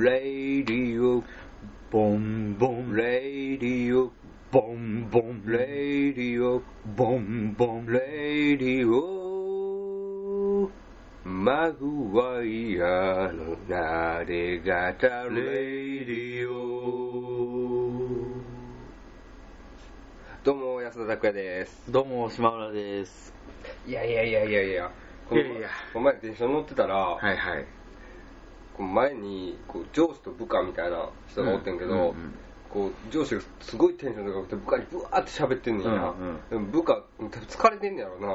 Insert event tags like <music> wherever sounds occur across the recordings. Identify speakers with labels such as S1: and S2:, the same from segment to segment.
S1: レイディオボンボンレイディオボンボンレイディオボンボンレイディオまぐわいやのなでがたレイディオどうも安田拓也です
S2: どうも、島村です。
S1: いやいやいやいやいやこの
S2: いやいや
S1: この前電車乗ってたら、
S2: いはい。
S1: こう前にこう上司と部下みたいな人がおってんけど、
S2: うんうんうん
S1: こう上司がすごいテンション高くて部下にブワーって喋ってんねんや、
S2: うんうん
S1: でも部下も多分疲れてんねやろな、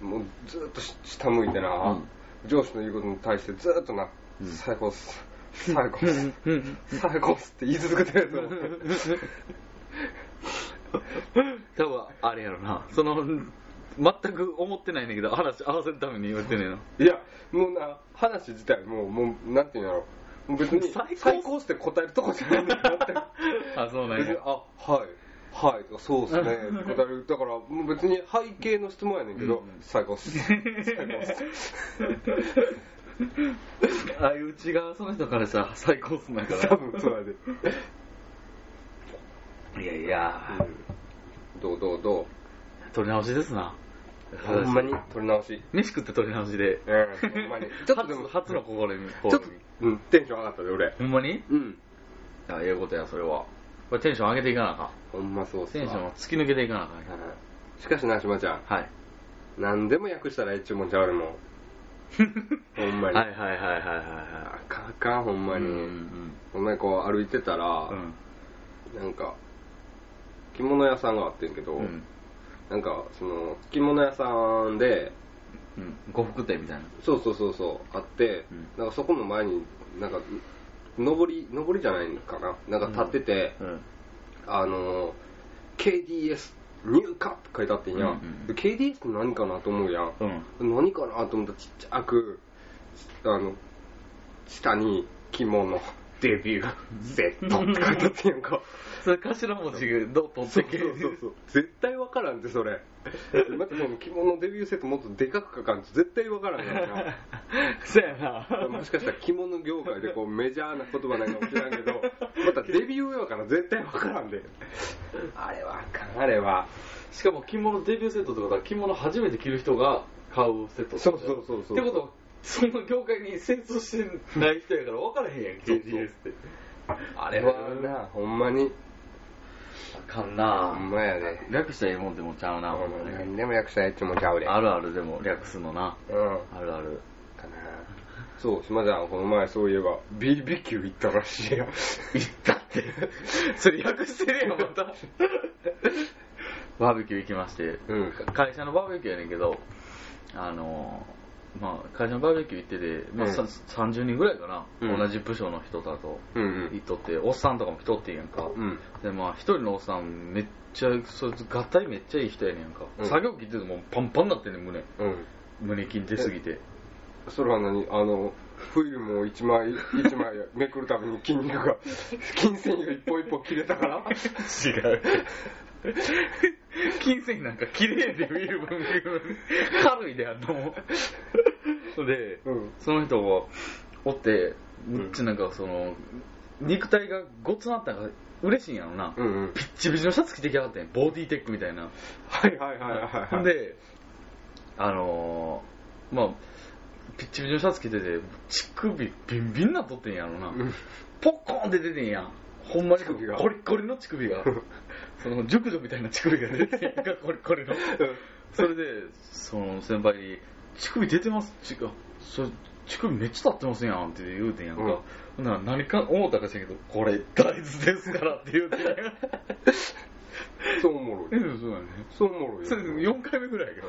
S1: もうずーっとし下向いてな、上司の言うことに対してずーっとな、最高っす最
S2: <laughs>
S1: 高っす最高っすって言い続けてると思って
S2: 多分、あれやろな。その、全く思ってないねんけど、話合わせるために言ってんねんな。
S1: いやもうな話自体もうもうなんていうんやろもう別に
S2: 最高っす
S1: 最高っすって答えるとこじゃないんだよ <laughs> 全く
S2: <laughs> あ、そうなん
S1: 別
S2: や
S1: に。あはいはいとかそうですねって答えるだからもう別に背景の質問やねんけ
S2: う
S1: ど、
S2: んうん
S1: 最高っ <laughs> す最高っす
S2: あいうちがその人からしたら最高っすねんか
S1: 多分そうやで、
S2: ら。いやいや、
S1: どうどうど
S2: 取り直しですな。
S1: うほんまに取り直し
S2: 飯食って取り直しで。
S1: うんほ
S2: <laughs>
S1: んまに <laughs> ちょっとでも
S2: 初初の試み。
S1: ちょっと、うん、テンション上がったで俺
S2: ほんまに
S1: うん
S2: あ、いうことや、それは。これテンション上げていかなあか
S1: ほんまそうっ
S2: ん。
S1: す
S2: テ
S1: わ
S2: ンションを突き抜けていかなあかんや。
S1: はいしかしな島ちゃん
S2: はい。
S1: 何でも訳したらええっちゅうもんちゃうでもんほんま
S2: はいはいは
S1: に、
S2: いはいはいは
S1: あかんあかんほん
S2: い。
S1: まに、
S2: うん
S1: ほんまにこう歩いてたら
S2: う、ん。
S1: なんか着物屋さんがあってんけど、
S2: うん。
S1: なんかその着物屋さんで
S2: うん。呉服店みたいな。
S1: そうそうそうそうあって、
S2: うん
S1: なんかそこの前になんか上り上りじゃないのかななんか立ってて、
S2: うん。
S1: あの KDS 入荷って書いてあってんや、
S2: うんうん
S1: で KDS って何かなと思うやん、
S2: うん。
S1: 何かなと思ったらちっちゃくあの下に着物 <laughs> デビュー <laughs> Z って書いてあってんやんか
S2: それ頭文字どう取っ
S1: そ
S2: て
S1: う
S2: け
S1: そうそうそう絶対分からんってそれまたその着物デビューセットもっとでかく書かんと絶対分からんや <laughs>
S2: そうやな。
S1: んなもしかしたら着物業界でこうメジャーな言葉なんかも知らんけどまたデビューやから絶対分からんであれはあかんあれは
S2: しかも着物デビューセットってことは着物初めて着る人が買うセットってこと
S1: そうそうそうそう
S2: ってことはその業界に精通してない人やから分からへんやん、
S1: そうそう
S2: KDS って。あ
S1: あ
S2: れ
S1: れ
S2: は
S1: はなほんまに
S2: あかん
S1: ほん
S2: な。
S1: まやで
S2: 略したらええもんでもちゃうな。ほんまに
S1: 何でも役者やっちもちゃうで
S2: あるあるでも略すのな。
S1: うん
S2: あるある。
S1: かなそう島ちゃんこの前そういえば BBQ 行ったらしいや
S2: 行ったって。 <laughs> それ略してるよ、また。 <laughs> バーベキュー行きまして。
S1: うん
S2: 会社のバーベキューやねんけど、あのーまあ、会社のバーベキュー行ってて、まあ
S1: うん
S2: さ30人ぐらいかな、
S1: うん
S2: 同じ部署の人だと
S1: うん
S2: 行っとって、おっさんとかも来とってんやんか、
S1: うん
S2: でまあ一人のおっさんめっちゃそいつ合体めっちゃいい人やねんか、
S1: うん
S2: 作業着っててもうパンパンになってんねん胸
S1: うん
S2: 胸筋出すぎて
S1: それは何あのフィルムを一枚一枚めくるために筋肉が筋繊維が一本一本切れたから
S2: 違う <laughs> 金銭なんか綺麗で見る分軽いであ
S1: <laughs>
S2: んなもんで、
S1: うん
S2: その人がおってむっちゃなんかその、肉体がごつなったのが嬉しいんやろな、
S1: うんうん
S2: ピッチピチのシャツ着てきやがってんボディテックみたいな、
S1: はいはいはいはいはい
S2: であのーまあピッチピチのシャツ着てて乳首ビンビンなっとってんやろな、
S1: うん
S2: ポッコーンって出てんやんほんまに
S1: 乳首が
S2: コリッコリの乳首がその熟女みたいな乳首が出てんやんかコリッコ
S1: <laughs>
S2: リのそれでその先輩に「乳首出てます乳首それ乳首めっちゃ立ってますやん」って言うてんやんか、
S1: うん
S2: ほんなら何か思ったかしらんけど「これ大豆ですから」って言うてんやん
S1: そうおもろ
S2: え
S1: い
S2: <laughs> そうだね
S1: そうおもろい
S2: それ
S1: よ
S2: 4回目ぐらいやけど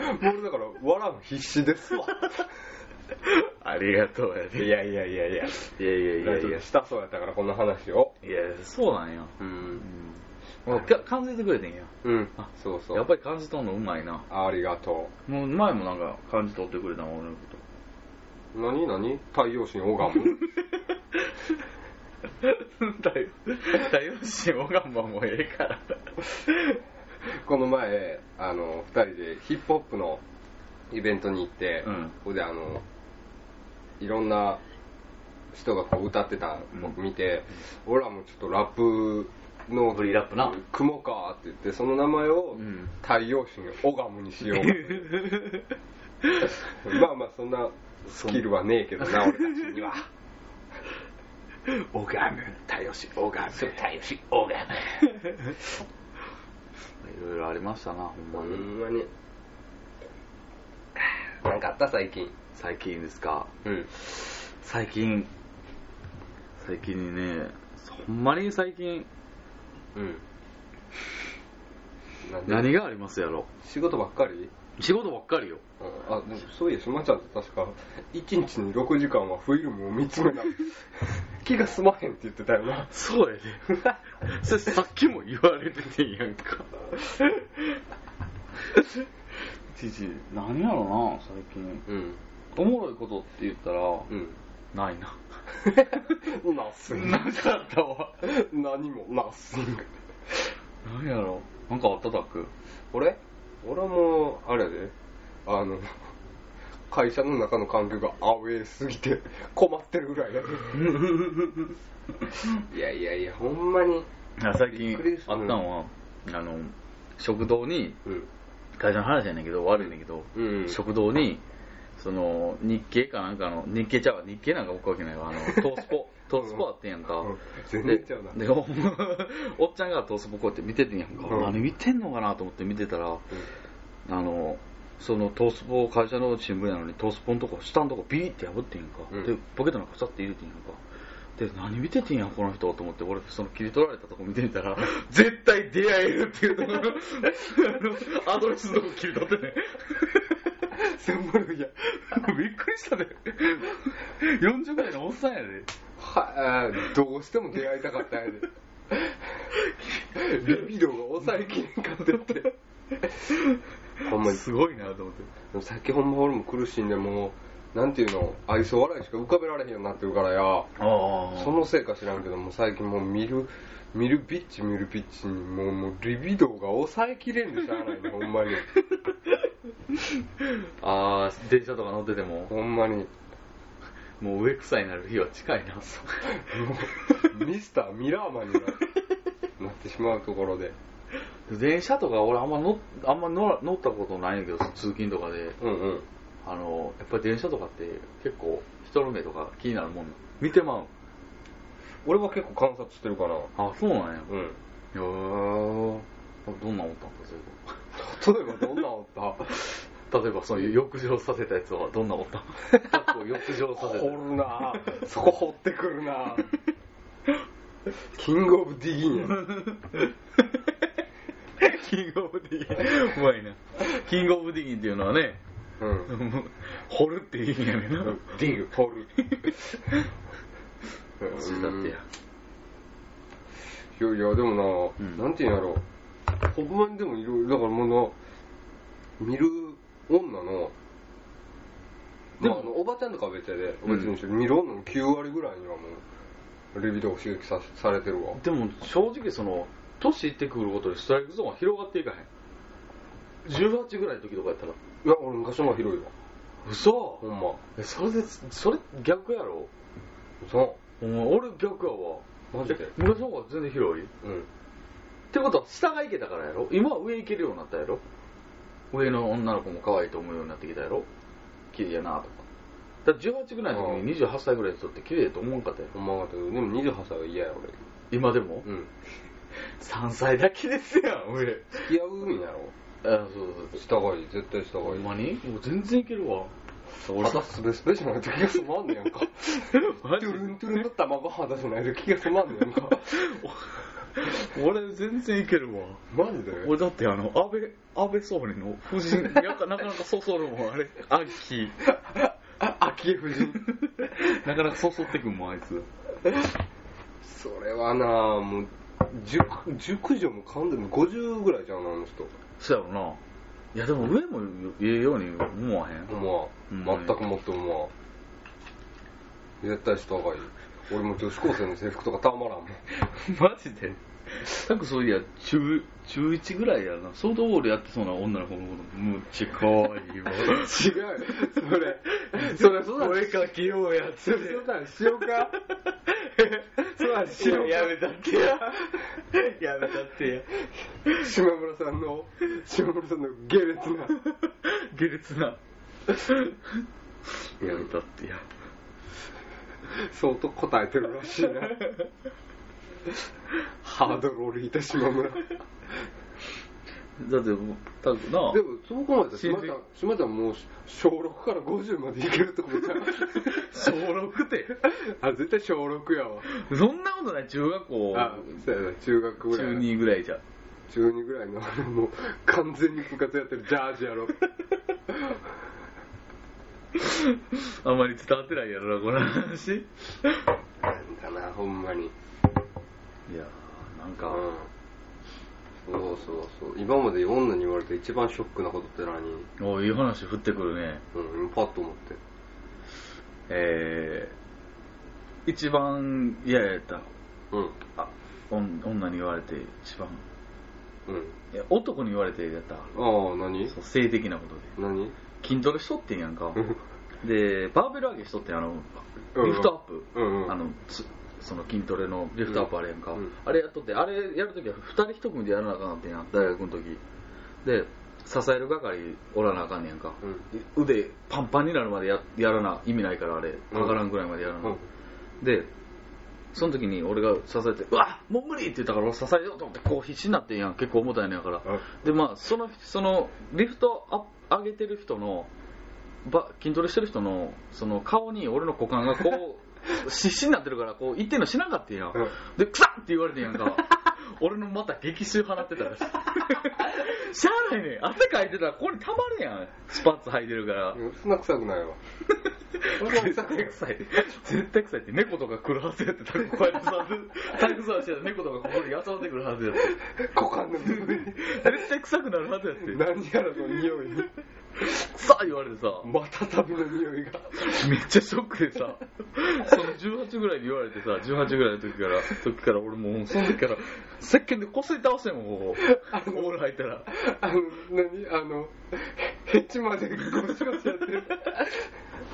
S2: な
S1: もうだから笑う必死ですわ
S2: <laughs> ありがとうやで。い
S1: やいやいやいや
S2: やいやいやいや。
S1: したそうやったからこの話を
S2: いや、そうなんや。
S1: うん
S2: うん。もうか感じてくれてんや。
S1: うん
S2: あ
S1: そうそう
S2: やっぱり感じとんのうまいな。
S1: ありがと
S2: もう前もなんか感じ取ってくれたもん、俺のこ
S1: う何何太陽神拝む
S2: と。だよ、だよし、おがんばもうええから。
S1: <laughs> この前あの2人でヒップホップのイベントに行って、
S2: うん
S1: ここであのいろんな人がこう歌ってた僕見て、俺らもちょっとラップの
S2: フリーラップな
S1: 雲かって言ってその名前を
S2: うん
S1: 太陽神オガムにしよう <laughs> まあまあそんなスキルはねえけどな <laughs> 俺たちには
S3: オガム、タヨシ、オガム、タヨシ、オガム。
S2: いろいろありましたな、ほん
S1: ほ
S2: まに。
S1: んまになんかあった最近
S2: 最近ですか。
S1: うん
S2: 最近、最近ね、ほんまに最近、
S1: うんなんで
S2: 何がありますやろ。
S1: 仕事ばっかり
S2: 仕事ばっかりよ。
S1: うんあでもそういや島ちゃんって確か1日に6時間はフィルムを見つ <laughs> めな気が済まへんって言ってたよな
S2: そうやで。 <laughs> それさっきも言われててんやんか。じじ、何やろな、最近。
S1: うん
S2: おもろいことって言ったら、
S1: うん
S2: ないな。
S1: なす
S2: なかったわ。
S1: 何もなす
S2: 何やろ。なんかあったたく。
S1: 俺俺もあれやであの会社の中の環境がアウェーすぎて困ってるぐらいや <laughs> でいやいやいやほんまに
S2: いや最近
S1: びっくりした
S2: あったのは、あの食堂に
S1: うん
S2: 会社の話やねんけど悪いねんけど、
S1: うん
S2: 食堂にその日系かなんかの日系ちゃうわ日系なんか僕わけないわあのトースポトースポあってんやんか、
S1: うん全
S2: で
S1: 然ちゃうな
S2: でお <laughs> おっちゃんがトースポこうやって見ててんやんか、
S1: うん
S2: 何見てんのかなと思って見てたら、あのそのトースポ会社の新聞やのにトースポのとこ下のとこビーって破ってんやんか、
S1: うん
S2: でポケットの中さって入れてんやんかで何見ててんやんこの人と思って俺その切り取られたとこ見てみたら <laughs> 絶対出会えるっていう <laughs> ところあのアドレスのとこ切り取ってね <laughs>
S1: センブルギア
S2: びっくり
S1: <laughs>
S2: したで40ぐらいのおっさんやで
S1: はあーどうしても出会いたかった <laughs> んやでリビドーが抑えきれんかってってほんま
S2: <laughs>
S1: に
S2: すごいなと思って
S1: さっきほんま俺も苦しいんでもうなんていうの愛想笑いしか浮かべられへんようになってるからや
S2: あ
S1: そのせいか知らんけどもう最近もう見る見るビッチ見るビッチにもうもうリビドーが抑えきれんでしゃあないのほんまに
S2: あー電車とか乗ってても
S1: ほんまに
S2: もう上草になる日は近いな
S1: もうミスターミラーマンにななってしまうところで
S2: <laughs> 電車とか俺あんま乗あんま乗ら乗ったことないんやけど通勤とかで
S1: うんうん
S2: あのやっぱり電車とかって結構人の目とか気になるもん見てまう
S1: 俺は結構観察してるかな
S2: あそうなんやへ
S1: うん
S2: えどんなんおったんか
S1: 例えばどんなんおった
S2: それ例えばそういう浴場させたやつはどんなんおったんかっこ浴場させた
S1: 掘るなぁそこ掘ってくる <laughs> なぁキングオブディギン
S2: <laughs>
S1: や
S2: キングオブディギンうまいなキングオブディギンっていうのはね
S1: うん
S2: 掘るっていう意味やねんな
S1: ディグ掘る
S2: それだってや
S1: いやいやでもな、
S2: うん
S1: なんて言うんやろほんまにでもいろいろだからもうな見る女の
S2: でも
S1: でも、まあ、あのおばちゃんとかは別やで別にしろ見る女の9割ぐらいにはもうレビドー刺激さされてるわ
S2: でも正直その年いってくることでストライクゾーンは広がっていかへん18ぐらいの時とかやったら
S1: いや俺昔の方が広いわ
S2: 嘘
S1: ほんま
S2: えそれでそれ逆やろ
S1: そう
S2: お前俺逆やわ
S1: マジで
S2: え昔の方が全然広いっ
S1: うん
S2: てことは下が行けたからやろ今は上行けるようになったやろ上の女の子も可愛いと思うようになってきたやろ綺麗やなとかだから18ぐらいの時に28歳ぐらいの人って綺麗やと思わんかったやろ
S1: ほんまやけどでも28歳は嫌や
S2: 今でも
S1: 俺うん
S2: 3歳だけですやん上
S1: 付き合う海やろ
S2: あそうそうそう
S1: 下がいい絶対下
S2: ほ
S1: がい
S2: ん
S1: い
S2: まにもう全然いけるわ
S1: 肌すべすべしないと気が済まんねやんか
S2: マ
S1: トゥルントゥルンの卵肌しないと気が済まんねやんか
S2: 俺全然いけるわ
S1: <laughs> マジで
S2: 俺だってあの安倍安倍総理の夫 <laughs> 人やっぱなかなかそそるもんあれアキ
S1: あ昭恵夫人
S2: なかなかそそってくんもんあいつ
S1: それはなあもう熟熟女も完全に50ぐらいじゃんあの人
S2: そうやろないやでも上も言えように思わへん
S1: ほんま
S2: ほんまに
S1: 全くもって思わん絶対下がいい俺も女子高生の制服とかたまらんもん
S2: <laughs> マジでなんかそういや、中、中1ぐらいやな。ソードボールやってそうな女の子のこと、むっちゃ可愛 <laughs> いわ。
S1: 違うそれ <laughs>
S2: <laughs>
S1: それそんなん
S2: 声かけようやっ
S1: そ
S2: て
S1: れ。そんなんしようか <laughs> そんなんしようか
S2: やめたってや。 <laughs> やめたってや。
S1: 島村さんの島村さんの下劣な
S2: 下劣 <laughs> な。やめたってや。
S1: 相当答えてるらしいなハードル降りた島村
S2: だって、たぶんな。
S1: でもそう考えたら島ちゃん島ちゃんもう小6から50までいけるとこじゃん
S2: 小6って。
S1: あ絶対小6やわ
S2: そんなことない、中学校。
S1: あそうやな中学ぐらい
S2: 中2ぐらいじゃ。
S1: 中二ぐらいのあれもう完全に部活やってるジャージやろ
S2: あんまり伝わってないやろな、この話。い
S1: なんだなほんまに
S2: やー、なんか、
S1: うんそうそうそう今まで女に言われて一番ショックなことって何、うん、
S2: おいい話降ってくるね。
S1: 今パッと思って
S2: えー、一番嫌やった
S1: うん
S2: あおん女に言われて一番
S1: うん
S2: いや男に言われてやった
S1: ああ何
S2: そう性的なことで <laughs>
S1: 何
S2: 筋トレしとってんやんか
S1: うん
S2: でバーベル上げしとってんあの
S1: うん
S2: リフトアップ、
S1: うんうん
S2: あのつその筋トレのリフトアップあれやんか、
S1: うん
S2: あれやっとってあれやるときは2人1組でやらなあかんかってんや大学の時で支える係おらなあかんねやんか、腕パンパンになるまでややらな意味ないからあれ上がらんぐらいまでやらな、
S1: うん
S2: でその時に俺が支えて「うわもう無理!」って言ったから俺支えようと思ってこう必死になってんやん結構重たいのやから、
S1: うん
S2: でまあそのそのリフトアップ上げてる人のば筋トレしてる人のその顔に俺の股間がこう必死になってるからこう一定のしなかったんやん、
S1: うん
S2: で「くさっ!」って言われてんやんか俺のまた激臭放ってたらしいしゃあないねん汗かいてたらここにたまるやんスパッツ履いてるから
S1: うんそんな臭くないわ
S2: 絶対臭い。絶対臭いって猫とか来るはずやって、たこうやって座って、体育座してた猫とかここに集まってくるはずやって。
S1: 股間の部分に
S2: 絶対臭くなるはずやって。
S1: 何やらの匂いに
S2: さあ言われてさ、
S1: また旅の匂いが
S2: めっちゃショックでさ、その18ぐらいに言われてさ、18ぐらいの時から、時から俺もう、その時から、石鹸でこすり倒してんもん、ここ。オール入ったら。
S1: あの何あのヘッチまでゴシゴシやってる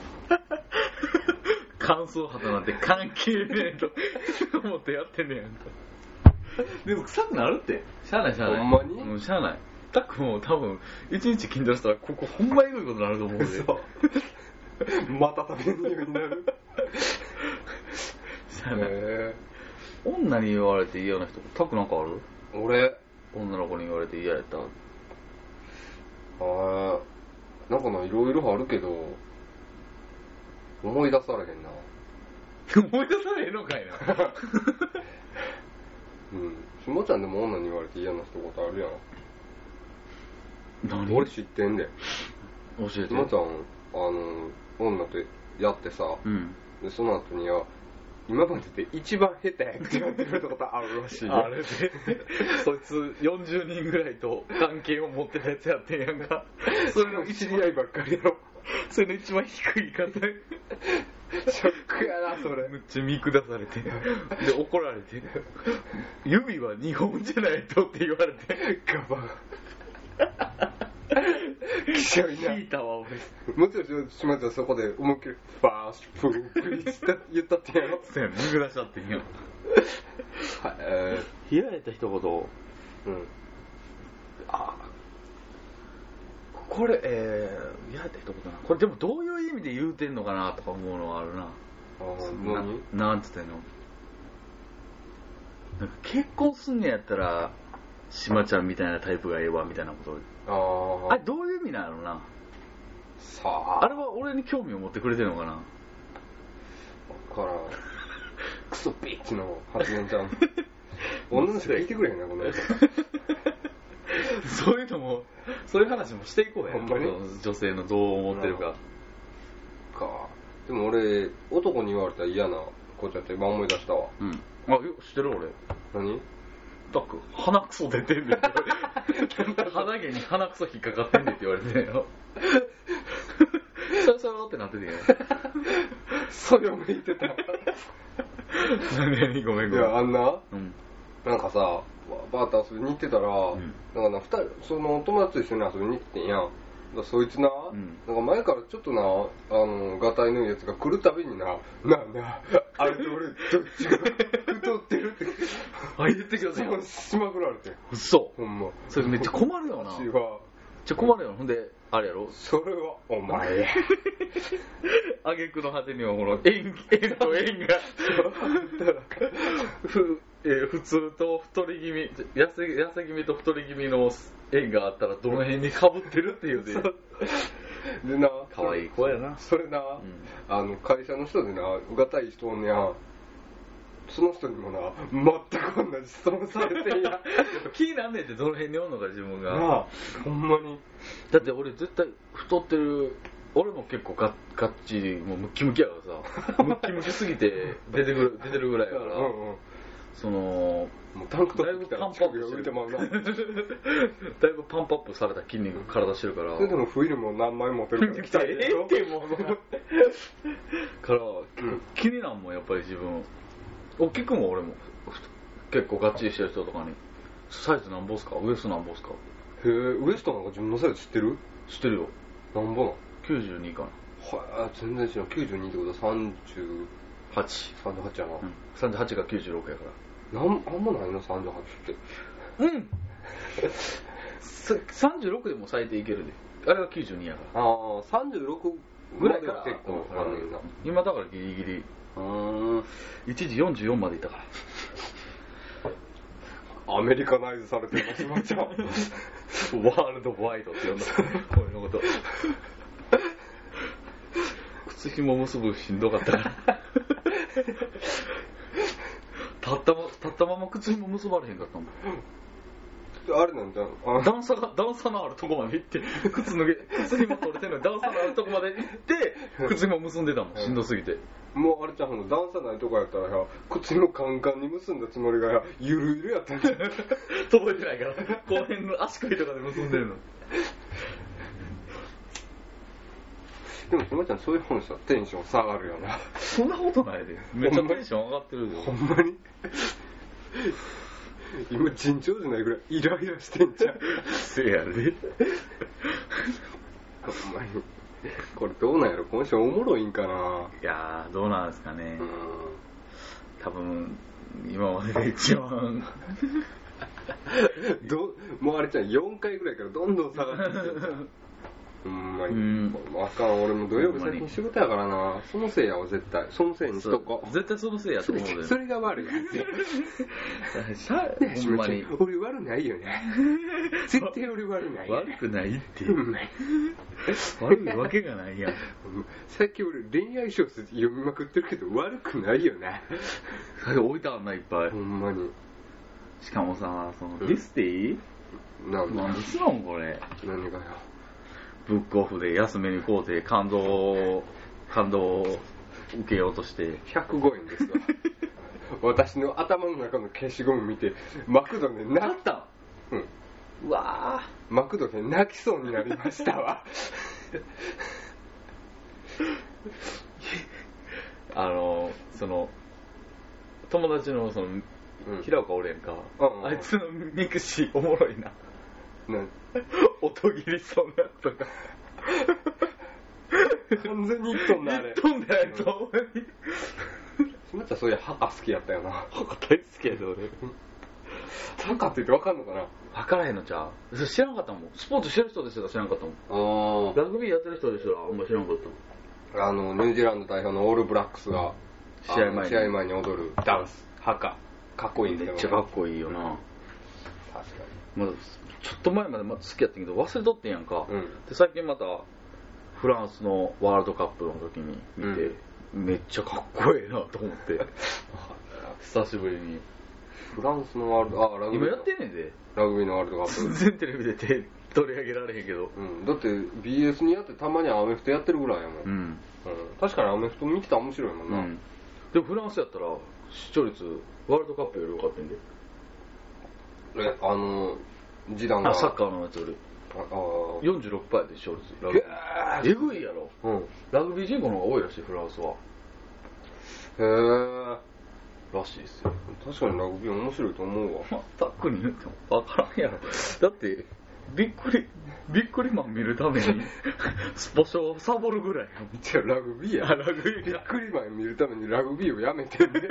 S2: <laughs> 乾燥肌なんて関係ねえと思ってやってんねやんかでも臭くなるってしゃあないしゃあない
S1: ほんまに
S2: うんしゃあないたっくんも多分一日筋トレしたらここほんまエグいことになると思うでし
S1: また旅の匂いに
S2: <laughs>
S1: なる
S2: ゃあない、
S1: へ
S2: 女に言われて嫌な人たっくんなんかある
S1: え俺
S2: 女の子に言われて嫌や <laughs> った
S1: あーなんかないろいろあるけど思い出されへんな
S2: 思い出されへんのかいな
S1: うんしもちゃんでも女に言われて嫌な一言あるやん
S2: <laughs> 何
S1: 俺知ってんで
S2: 教え
S1: してもちゃんあの女とやってさ
S2: うん
S1: でその後には今までで一番下手やって言われてることあるらしいよ
S2: あれでそいつ40人ぐらいと関係を持ってたやつやってんやん
S1: <laughs>
S2: かそれの一
S1: 知り合いばっかりやろ
S2: それの一番低い方
S1: ショックやなそれ
S2: めっちゃ見下されてで怒られて指は2本じゃないとって言われて
S1: ガバン <laughs> きしょいな
S2: 引いたわ俺
S1: もちろん島ちゃんそこで思いっきりファーストフークリスタ言ったってやろ
S2: そうや見下しちゃってんや
S1: はいえ
S2: 言われた一言
S1: ーうん
S2: あこれえー、言われた一言なこれでもどういう意味で言うてんのかなとか思うのはあるな
S1: あー
S2: な
S1: 何
S2: なんつってんのなんか結婚すんねやったら島ちゃんみたいなタイプがええわみたいなこと
S1: あ
S2: あ
S1: あ
S2: れどういう意味なのな
S1: さ
S2: あ
S1: あ
S2: れは俺に興味を持ってくれてるのかな <laughs>
S1: からん <laughs> クソビッチの発言 <laughs> ちゃん女の人聞いてくれへんなこの人
S2: そういうのも、そういう話もしていこうや。
S1: ほんまに
S2: 女性のどう思ってるか。
S1: かでも俺男に言われたら嫌なことやって今思い出したわ
S2: うん。あ、よ、知ってる俺。
S1: 何
S2: だっく、鼻くそ出てんねんって言われて。 <laughs> 鼻毛に鼻くそ引っかかってんねんって言われてん
S1: <laughs>
S2: よ。シャラシャラってなっててんよ。
S1: <laughs> それを言ってた
S2: 何ごめん
S1: い
S2: ごめん
S1: やあんな
S2: うん
S1: なんかさわバーッと遊びに行ってたら、
S2: ん
S1: なんかな二人その友達と一緒に遊びに行ってんやんだからそいつな、
S2: うん
S1: なんか前からちょっとなあのがたいのいいやつが来るたびにななんだあれと俺どっちが太ってるって
S2: あ言ってください
S1: そうしまくられて
S2: 嘘
S1: ほんま
S2: それめっちゃ困るよな
S1: 私
S2: めっ
S1: は
S2: ちゃ困るよほんであれやろ
S1: それはお
S2: <laughs>
S1: 前や
S2: 挙句の果てにはこの円円と円
S1: <laughs>
S2: が <laughs> ふ、えー普通と太り気味痩せ痩せ気味と太り気味の円があったらどの辺にかぶってるっていうね
S1: でな
S2: 可愛い子やな
S1: それな、あの会社の人でなうがたい人おんねやその人にもな全く同じ質問され
S2: <laughs>
S1: てんやな
S2: 気になんねえってどの辺におんのか自分が
S1: あほんまに
S2: だって俺絶対太ってる俺も結構ガッガッチもうムッキムキやから
S1: <laughs>
S2: さムッキムキすぎて出てくる出てるぐらいやから、
S1: うんうん
S2: その
S1: もうタンクト
S2: だい
S1: ップ
S2: ぶ
S1: 着た
S2: パン
S1: ら
S2: プア
S1: 乳
S2: ップして
S1: 首が浮い
S2: る
S1: てまう
S2: <laughs>
S1: な
S2: だいぶパンプアップされた筋肉体してるから
S1: それでもフィルムを何枚持ってるか
S2: 来た <laughs> ええってもう <laughs> から
S1: ん
S2: 気になんもんやっぱり自分お聞くもん俺も結構ガッチリしてる人とかに「サイズなんぼっすかウエストなんぼっすか?
S1: へえウエストなんか自分のサイズ知ってる」
S2: 知ってるよ
S1: なんぼなん
S2: 92かな
S1: はあ全然知らん92ってことは30
S2: 838
S1: 38やな、
S2: が96やか
S1: なんあんまないの38って
S2: ら <laughs> うん36でも最低いけるであれは92やから
S1: ああ36
S2: ぐ
S1: ぐ
S2: ら
S1: ら
S2: い
S1: い
S2: か
S1: からら結構あんねんな
S2: 今だからギリギリ
S1: うん
S2: 一時44までいったから
S1: アメリカナイズされてますも <laughs> ちゃ
S2: <laughs>
S1: ん
S2: ワールドワイドって呼んだ。こういうのこと。靴紐結ぶしんどかったから。立ったま、立ったまま靴紐結ばれへんかったもん。
S1: あれなんじゃんあ
S2: 段差が、段差のあるとこまで行って、靴脱げ、靴紐取れてんのに段差のあるとこまで行って、靴紐結んでたもん。しんどすぎて。
S1: もうあれちゃんほんの段差ないとこやったらや口のカンカンに結んだつもりがやゆるゆるやったんじゃん
S2: 届いてないから、この辺の足首とかで結んでるの。
S1: でもひまちゃんそういう話したらテンション下がるよな
S2: そんなことないで。めっちゃテンション上がってるよ。
S1: ほんまに今尋常じゃないぐらいイライラしてんじゃん
S2: せやで。
S1: ほんまにこれどうなんやろ今週おもろいんかない
S2: やー、どうなんですかね
S1: う。ん
S2: 多分今までで一番
S1: どもうあれちゃん4回ぐらいからどんどん下がってきてるじゃんほんまに、
S2: うん
S1: あかん俺も土曜日最近仕事やからなそのせいやわ絶対そのせいにしとこう
S2: 絶対そのせいやと
S1: そ
S2: 思
S1: れ
S2: うで
S1: それが悪いやん
S2: しゃ
S1: ね
S2: ほんまに
S1: しめちゃん俺悪ないよね絶対俺悪ないよ
S2: 悪くないって
S1: うん
S2: 悪いわけがないやん
S1: 最近俺恋愛小説読みまくってるけど悪くないよね
S2: それ置いてあんないっぱい
S1: ほんまに
S2: しかもさその
S1: う
S2: デ
S1: ん
S2: ィスティ
S1: なんだ
S2: 何ですのこれ
S1: 何がよ
S2: ブックオフで安めに買うて感動を感動を受けようとして
S1: 105円ですわ私の頭の中の消しゴム見てマクドで
S2: 買
S1: な
S2: っ、た
S1: うん、
S2: んうわ
S1: マクドで泣きそうになりました
S2: <laughs>
S1: わ
S2: ーあのその友達のその
S1: うん
S2: 平岡おるやんか、
S1: うんうん
S2: あいつのミクシーおもろいな <laughs>
S1: な
S2: 音切りそうなやつとか
S1: 完全に一トンだあ
S2: <laughs>
S1: れ
S2: 飛んでないと
S1: まっちゃんそういう墓好きやったよな
S2: 大好きやで俺
S1: 墓って言ってわかんのかな
S2: 分からへんのちゃうそれ知らんかったもんスポーツしてる人ですら知らんかったもん
S1: あ
S2: ラグビーやってる人ですらあんま知らんかったもん
S1: あのニュージーランド代表のオールブラックスが
S2: 試合前に
S1: あの試合前に踊るダンス墓かっこいいんだ
S2: め
S1: よ
S2: っちゃかっこいいよな、
S1: 確か
S2: まだちょっと前までまだ好きやったけど忘れとってんやんか、
S1: うん
S2: で最近またフランスのワールドカップの時に見て、めっちゃかっこええなと思って <laughs> 久しぶりに
S1: にフランスのワールドあラグビー
S2: 今
S1: の
S2: やってんねんで
S1: ラグビーのワールドカッ
S2: 全然テレビで手取り上げられへんけど
S1: プ、うん、だって BS にやってたまにアメフトやってるぐらいやもん、う
S2: うんん
S1: 確かにアメフト見てたら面白いもんな、
S2: うん、でもフランスやったら視聴率ワールドカップより良かったんで
S1: えあの時短が
S2: あサッカーのやつより
S1: ああ
S2: 46で視聴率ラグビー
S1: へ
S2: えぐいやろ
S1: えうんへ
S2: ラグビー人口の方が多いらしいフランスは
S1: え
S2: らしいですよ
S1: 確かにラグビー面白いと思うわ
S2: 全くに言っても分からんやろだってびっくりびっくりマン見るためにスポショをサボるぐらいの
S1: じゃあラグビーや
S2: あラグビー
S1: びっ
S2: か
S1: くりマン見るためにラグビーをやめてんね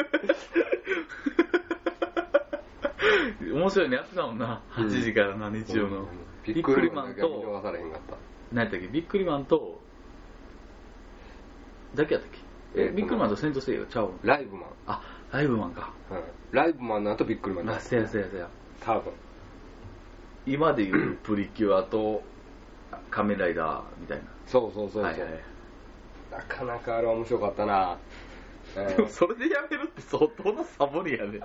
S2: 面白いのやってたもんな8時からな日曜の
S1: びっくりマンだけは見逃されへんかっ
S2: 何やったっけビックリマンとだけやったっけ
S1: えっ
S2: え
S1: と
S2: ビックリマンとセントセイヤちゃうの
S1: たライブマン、
S2: あライブマンか
S1: うん、ライブマンの後びっくりマン
S2: あせやせやせや
S1: 多分
S2: 今でいうプリキュアと仮面ライダーみたいな
S1: そうそうそうそう、
S2: はいはい
S1: なかなかあれは面白かったな、え
S2: でもそれでやめるって相当なサボりや <laughs> で伝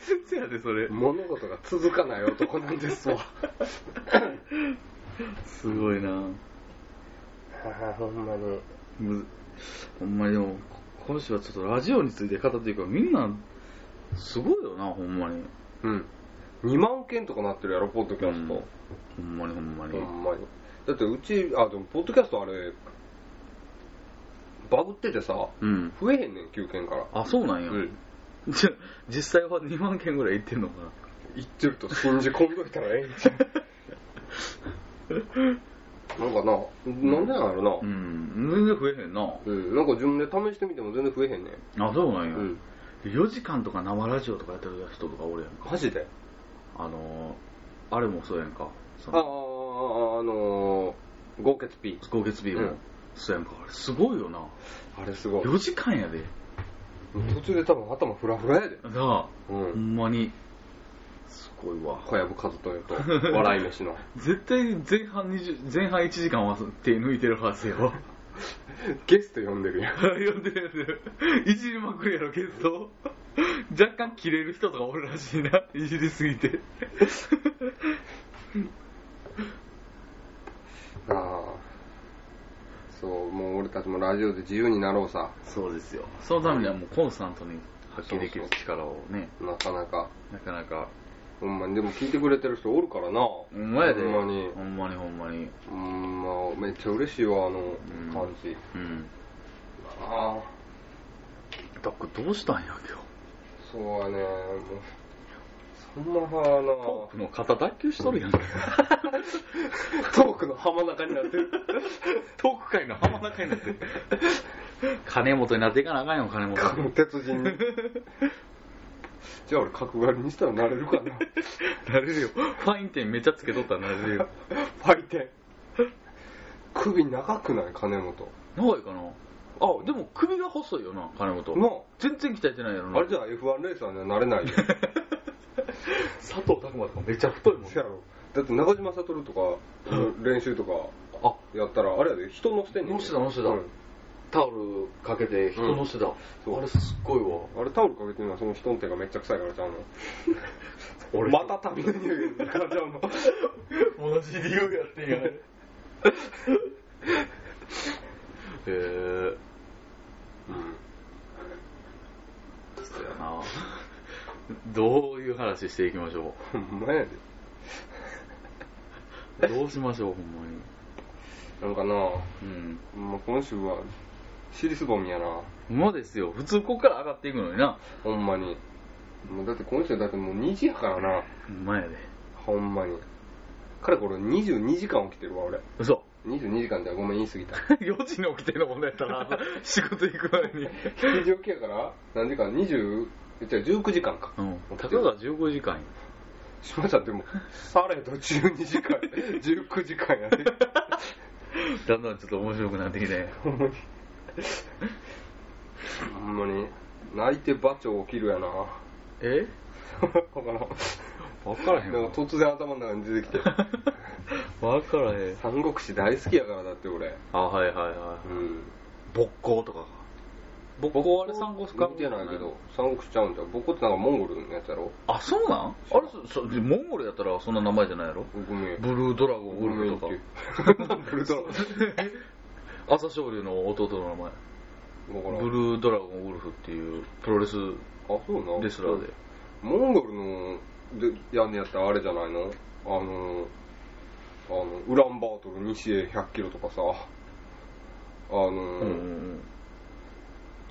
S2: 説やでそれ
S1: ー物事が続かない男なんですわ
S2: すごいな
S1: <laughs> ああほんまに
S2: むずほんまにでもこ今週はちょっとラジオについて語っていうかみんなすごいよなほんまに
S1: うん2万件とかなってるやろポッドキャスト、
S2: ほんまにほんまに、
S1: ほんまにだってうちあでもポッドキャストあれバグっててさ
S2: うん。
S1: 増えへんねん9件から
S2: あ、そうなんや。
S1: うん
S2: じゃ <laughs> 実際は2万件ぐらい行ってんのかな。
S1: 言ってると信じ込んどいたらええんちゃ <laughs> うなんかななんでなんやろ
S2: う
S1: な、
S2: ん。全然増えへんな。
S1: うん、なんか自分で試してみても全然増えへんねん
S2: あ、そうなんや。
S1: うん
S2: 4時間とか生ラジオとかやってる人とかおるやんか。
S1: マジで
S2: あのー、あれもそうやんか。そ
S1: あああ
S2: の、
S1: のー、豪傑 P
S2: 豪月 B も、
S1: うん
S2: そうやんか。あれすごいよな。
S1: あれすごい
S2: 4時間やで。
S1: 途中で多分頭フラフラやで
S2: なあ、
S1: う
S2: ほ
S1: ん
S2: んまに。すごいわ。
S1: 小籔和豊と笑い飯の
S2: 絶対前半20、前半1時間は手抜いてるはずよ。
S1: <laughs>
S2: <laughs>
S1: ゲスト呼んでるやん
S2: 読んでるやついじりまくるやろゲスト若干キレる人とかおるらしいないじりすぎて
S1: ああそうもう俺たちもラジオで自由になろうさ
S2: そうですよそのためにはもうコンスタントに発揮できる力をね
S1: なかなか
S2: なかなか
S1: ほんまにでも聞いてくれてる人おるからな
S2: ほんまやで
S1: ほんまに
S2: ほんまにほんまに
S1: うんまあめっちゃ嬉しいわあの
S2: ん
S1: 感じ、
S2: うん
S1: ああ
S2: だっこどうしたんや今日
S1: そうやねもうそんなはな
S2: トークの肩脱臼しとるやんト
S1: トークの浜中になってる
S2: <laughs> ーク界の浜中になってる <laughs> 金本になっていかなあかんよ金
S1: この
S2: 本
S1: 鉄人にじゃあ俺角刈りにしたらなれるか <laughs> な
S2: なれるよファイン店めっちゃつけとったらなれるよ
S1: ファイテン首長くない金本
S2: 長いかなあでも首が細いよな金本
S1: なあ
S2: 全然鍛えてないよな
S1: あれじゃあ F1 レーサーにはなれないよ
S2: 佐藤拓磨とかめっちゃ太いもん
S1: せやろだって中島悟
S2: <laughs>
S1: とか練習とか
S2: あ
S1: やったらあれやで人乗せてんねん
S2: 乗せた乗せた
S1: うん
S2: タオルかけて人乗せた、
S1: そう
S2: あれすっごいわ
S1: あれタオルかけてるのはその人の手がめっちゃ臭いからちゃうの
S2: 俺
S1: また旅の匂
S2: <laughs>
S1: いがからちゃうの
S2: 同じ理由やってんやね <laughs> へえ
S1: うん
S2: そうやな <laughs> どういう話していきましょ
S1: ほんまやで
S2: うどうしましょうほんまに
S1: なんかな、
S2: うん
S1: まあ、今週は尻すぼみやな
S2: 馬ですよ普通ここから上がっていくのにな
S1: ほんまにもうだって今週だってもう2時やからな
S2: ほんまやで
S1: ほんまに彼これ22時間起きてるわ俺
S2: 嘘 <laughs>
S1: 22時間じゃごめん言い過ぎた <laughs>
S2: 4時に起きてんのこんなん <laughs> やったら仕事行く前に
S1: 7時起きやから何時間20じゃあ19時間か
S2: うんたかが15時間よ
S1: しましたでもされど12時間19時間やで
S2: だんだんちょっと面白くなってきて
S1: ほんまにほんまに泣いて馬長起きるやな
S2: え
S1: 他の
S2: 分からへん
S1: なん
S2: わ <laughs>
S1: か突然頭の中に出てきて
S2: 分からへん
S1: 三国志大好きやからだって俺
S2: あはいはいは
S1: うん
S2: い勃興とか勃興あれ三国志
S1: 見てないけど三国志ちゃうんじゃん僕ってなんかモンゴルのやつやろ
S2: あそうなんあれそそモンゴルやったらそんな名前じゃないやろ
S1: ごめん
S2: ブルードラゴンウルフとか
S1: <laughs> ブルードラ
S2: 朝青龍の弟の名
S1: ゴンだ
S2: 前
S1: か
S2: ブ
S1: ら
S2: ルードラゴンウルフっていうプロレス
S1: あそうな
S2: レスラーで
S1: モンゴルのでやんねやったらあれじゃないのあのあのウランバートル西へ100キロとかさあの、
S2: うんうんうん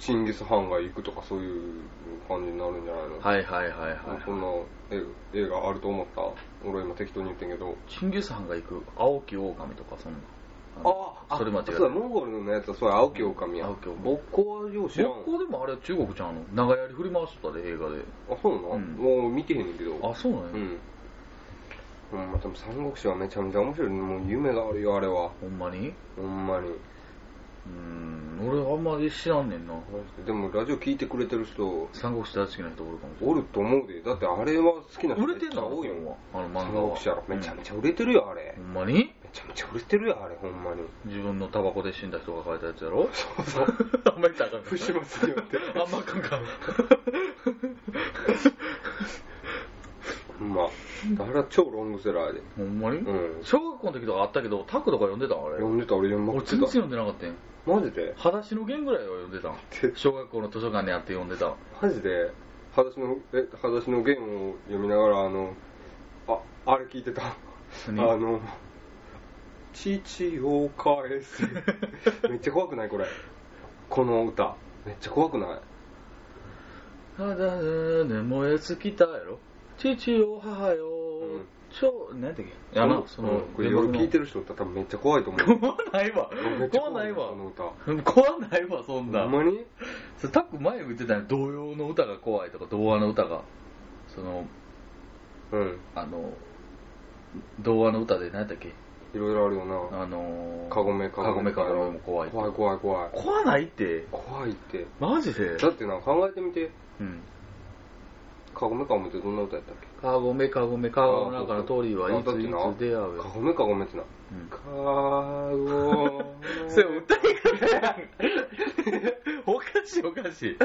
S1: チンギス・ハンが行くとかそういう感じになるんじゃないの、
S2: はいはいはいはい
S1: そんなえ映画あると思った俺今適当に言ってんけど
S2: チンギス・ハンが行く青き狼とかそんな
S1: あ
S2: それ間違えた
S1: そうだモンゴルのやつはそれ青き狼や
S2: 青き狼
S1: 僕はよう知らん
S2: 僕でもあれ中国ちゃんの長槍振り回しとったで映画で
S1: あそうなの、
S2: うん
S1: もう見てへんねんけど
S2: あそうなんや、
S1: うんほんまでも三国志はめちゃめちゃ面白いもう夢があるよあれは
S2: ほんまに
S1: ほんまに
S2: うん俺あんまり知らんねんな
S1: でもラジオ聞いてくれてる人
S2: 三国志大好きな人おるかもしれ
S1: おると思うでだってあれは好きな
S2: ない
S1: 人
S2: 売
S1: め
S2: れ
S1: って
S2: ん
S1: ちゃ
S2: の
S1: 多いよ
S2: あの漫画は
S1: 三国志やろめちゃめ
S2: ゃ、
S1: ちゃ売れてるよあれ、
S2: うんほんまに
S1: めちゃめちゃ売れてるよあれほんまに
S2: 自分のタバコで死んだ人が書いたやつや
S1: <laughs>
S2: ろそうそう <laughs> あんまり高く
S1: 節末によって
S2: あんまあかん
S1: <laughs>
S2: か
S1: ほんまあれは超ロングセラーで
S2: ほんまに、
S1: うん
S2: 小学校の時とかあったけどタックとか読んでたんあれ
S1: 読んでた俺読
S2: 俺
S1: ん
S2: 全然
S1: でた
S2: 読んでなかったん
S1: マジで
S2: 裸足の弦ぐらいは読んでたん
S1: て
S2: 小学校の図書館にあって読んでた
S1: マジで裸足のえ裸足のゲームを読みながらあのああれ聞いてたあ
S2: 何
S1: の父を返す <laughs> めっちゃ怖くないこれこの歌めっちゃ怖くない
S2: <laughs> 肌で燃え尽きたやろ父よ母よ、
S1: うん
S2: ちょなんやったっけやなその、
S1: うんこれ夜聞いてる人だったら多分めっちゃ怖いと思う
S2: <laughs> 怖ないわ
S1: めっちゃ
S2: 怖ないわ
S1: この
S2: <laughs>
S1: 歌
S2: 怖ないわそん
S1: ほ
S2: なん
S1: まに
S2: それタック前言ってたね童謡の歌が怖いとか童話の歌がその
S1: うん
S2: あの童話の歌で何やったっけ
S1: いろいろあるよな
S2: あのー
S1: カゴメカ
S2: カ
S1: ゴ
S2: ゴ
S1: メ
S2: メカゴメも怖いって
S1: 怖い怖い怖い
S2: 怖ないって
S1: 怖いって
S2: マジで
S1: だってな考えてみて
S2: うん
S1: カゴメカゴメってどんな歌やったっけ
S2: カゴメカゴメカゴの中の鳥はい
S1: あだっ
S2: つ
S1: て
S2: い
S1: な
S2: つ出会うよ、
S1: カゴメカゴメってな
S2: うん
S1: カゴメ
S2: それ歌い方やんおかしいおかしい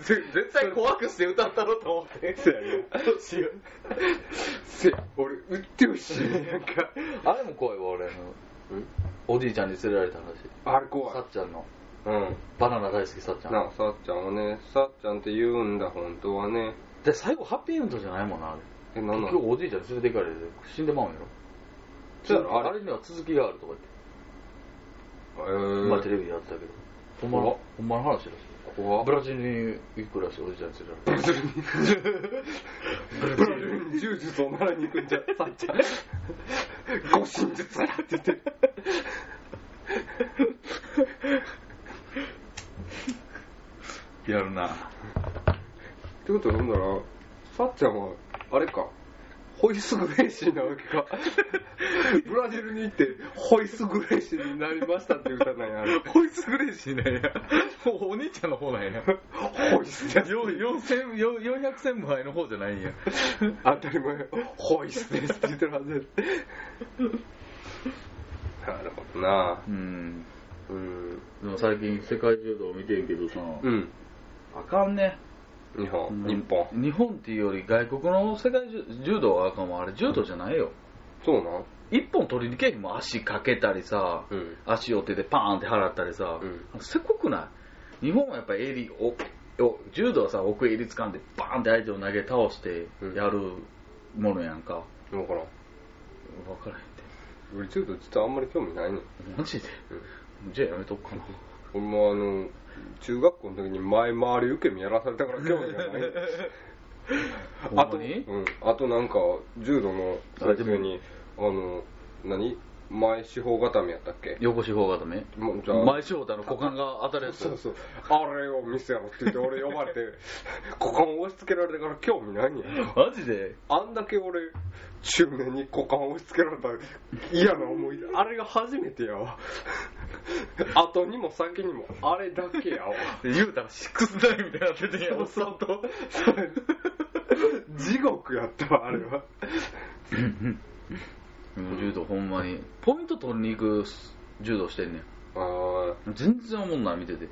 S2: 絶対怖くして歌ったろと思って
S1: せやね
S2: どうしよう
S1: せ俺売ってほしいなんか
S2: あれも怖いわ俺あのおじいちゃんに連れられた話
S1: あれ
S2: さ
S1: 怖い
S2: っちゃんの
S1: うん
S2: バナナ大好きさっちゃん
S1: なあさっちゃんはねさっちゃんって言うんだ本当はね
S2: で最後ハッピーエンドじゃないもんなあれ
S1: えなんな
S2: 結
S1: の
S2: 局おじいちゃんに連れて行かれて死んでまうんやろ
S1: そうや
S2: あ
S1: ろ
S2: れ
S1: あれ
S2: には続きがあるとか言って、
S1: え
S2: まあテ
S1: ー
S2: レビでやってたけどほんま
S1: 怖っ
S2: のほんまの話だし
S1: 怖っ <laughs>
S2: ブラジルに行くらしいおじいちゃんに連れられて
S1: ブラジルに柔術を習いに行くんじゃさっちゃん護身術やってて
S2: やるな
S1: ってことはなんだろうさっちゃんはあれかホイスグレイシーなわけかブラジルに行ってホイスグレイシーになりましたって歌なんやあれ
S2: ホイスグレイシーなんやもうお兄ちゃんの方なんや
S1: ホイスです
S2: よ4000 400千枚の方じゃないんや
S1: 当たり前ホイスですって言ってるはずですなるほどな
S2: うん
S1: うん
S2: でも最近世界柔道見てんけどさ、
S1: うん
S2: あかんね
S1: 日本日本
S2: 日本っていうより外国の世界柔柔道はあかんわあれ柔道じゃないよ
S1: そうなん
S2: 一本取りにけえへんもん足かけたりさ、
S1: うん
S2: 足を手でパーンって払ったりさ、
S1: う
S2: せこくない日本はやっぱ襟をお柔道はさ奥襟掴んでバーンって相手を投げ倒してやるものやんか、
S1: だからん
S2: 分からへんって
S1: 俺ちょっと実はあんまり興味ないねん
S2: マジで、じゃあやめとくかな
S1: 俺もあの中学校の時に前回り受け身やらされたから興味がな
S2: <laughs>
S1: いねんあ
S2: ほ
S1: と、
S2: ん
S1: う
S2: まに
S1: ん、あとなんか、柔道の最中に、あの、何前四方固めやったっけ
S2: 横四方固め
S1: もうじゃあ、
S2: 前四方ってあの股間が当たるやつ
S1: <laughs> そうそう、あれを見せろって言って、俺呼ばれて、 <laughs> 股間を押し付けられたから興味ないんや。
S2: マジで
S1: あんだけ俺、中年に股間を押し付けられた嫌な思い出、あれが初めてや
S2: <laughs>
S1: わ。後にも先にも、あれだけやわ。
S2: 言うたらシックスナインみたいになっててんやおっさんと
S1: それ <laughs> 地獄やったわ、あれは。
S2: 柔道ほんまにポイント取りに行く柔道してんねん
S1: あ
S2: 全然おもんない見てて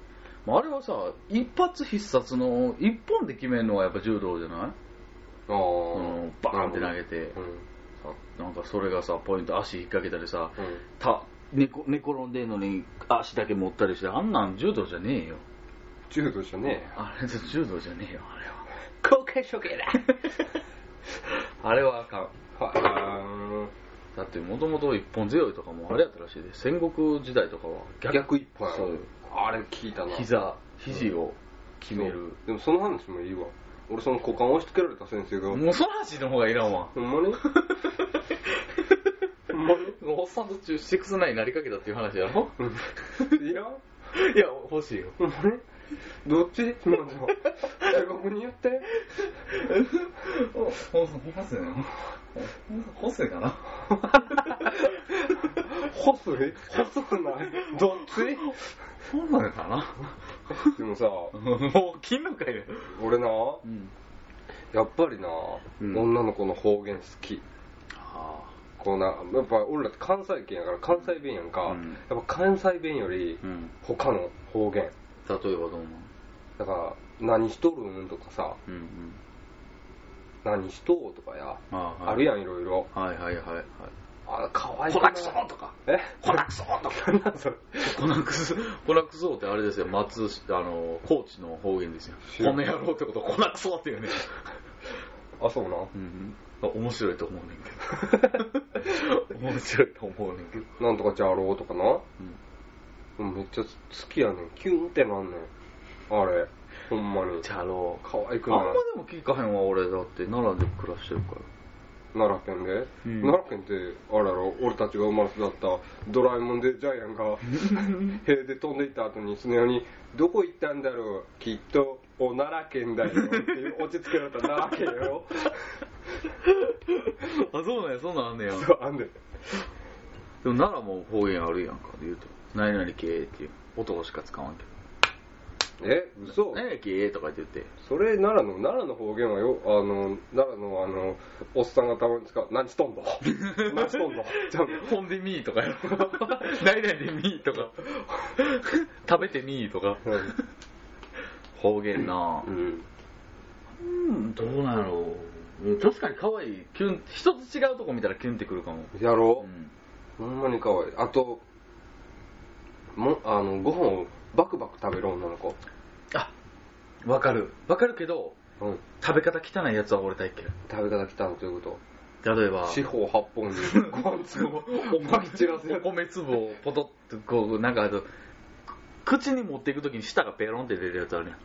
S2: まああれはさ一発必殺の一本で決めるのはやっぱ柔道じゃない
S1: あ、あ
S2: そのバーンって投げて
S1: うん
S2: さなんかそれがさポイント足引っ掛けたりさ
S1: うん
S2: た寝こ寝転んでんのに足だけ持ったりしてあんなん柔道じゃねえよ
S1: 柔道じゃね
S2: あれ柔道じゃねえよあれは
S1: 公開処刑だ
S2: <laughs> あれはあかん
S1: は
S2: だってもともと一本強いとかもあれやったらしいで戦国時代とかは
S1: 逆一本やろ
S2: そう
S1: あれ聞いたな
S2: 膝肘を決める、
S1: でもその話もいいわ俺その股間押し付けられた先生が、
S2: もうその話の方がいらんわ
S1: ほんま <laughs> にほんまに
S2: おっさんと中69になりかけたっていう話やろ
S1: いらん
S2: いや欲しいよ
S1: ほんまにどっち今じゃ中国に言って
S2: ホセホセかな
S1: 干す干すないどっ <laughs>
S2: ホセかな
S1: ちでもさ
S2: もう金の会だよ、
S1: 俺な
S2: うん、
S1: やっぱりな、
S2: うん
S1: 女の子の方言好き
S2: あ
S1: こうなやっぱ俺らって関西圏やから関西弁やんか、
S2: うん
S1: やっぱ関西弁より
S2: あうん
S1: 他の方言
S2: 例えばどう思う
S1: だから何しとるんとかさ
S2: うんうん
S1: 何しとうとかや、
S2: あ
S1: あるやんいろいろ
S2: はいはいはいはい
S1: あかわいい
S2: コナクソーンとか
S1: え <laughs>
S2: コナクソーンとか
S1: 何なんそれ
S2: コナクソコナクソーってあれですよ松あの高知の方言ですよ
S1: 知
S2: こ
S1: ら
S2: の
S1: ん
S2: 野郎ってことをコナクソーっていうね
S1: あそうな
S2: うん面白いと思うねんけ <laughs> ど面白いと思うねんけど
S1: なんとかじゃろうとかな、もうめっちゃ好きやねんキュンってなんねんあれほんまに
S2: じゃろ
S1: 可愛く
S2: う
S1: な
S2: あ
S1: い
S2: んまでも聞かへんわ俺だって奈良で暮らしてるから
S1: 奈良県で、
S2: うん
S1: 奈良県ってあれやろ俺たちが生まれ育ったドラえもんでジャイア
S2: <laughs>
S1: ンが塀で飛んでいった後にスネ夫に「どこ行ったんだろうきっとお奈良県だよ」っていう落ち着けられた奈良県やろ
S2: あそうなんやそんなんあんねやで
S1: そう <laughs> あんねん
S2: も奈良も方言あるやんかで言うと「何々系」っていう男しか使わんけど
S1: え
S2: 「
S1: 嘘
S2: 何々系」とか言ってて
S1: それ奈良の奈良の方言はよあの奈良のあのおっさんがたまに使う「何しと
S2: <laughs>
S1: んど」「何しとんど」ちゃんと
S2: 「ほんでみー」とかやろ <laughs> 「何々でみー」とか <laughs> 「食べてみー」とか方言な
S1: うんうん
S2: うんどうなんやろううん確かに可愛いキュン一つ違うとこ見たらキュンってくるかも
S1: やろ
S2: うん
S1: う、ほんまに可愛いあともあのご飯をバクバク食べる女の子
S2: あわかるわかるけど
S1: うん
S2: 食べ方汚いやつは俺大っ嫌い
S1: 食べ方来たのというこ
S2: 例え
S1: と
S2: ば
S1: 四方八
S2: <laughs>
S1: 方にご飯粒を
S2: お
S1: まき散らせ
S2: お
S1: る
S2: 米粒をポトッとこうなんかあと口に持っていくときに舌がペロンって出るやつあるやん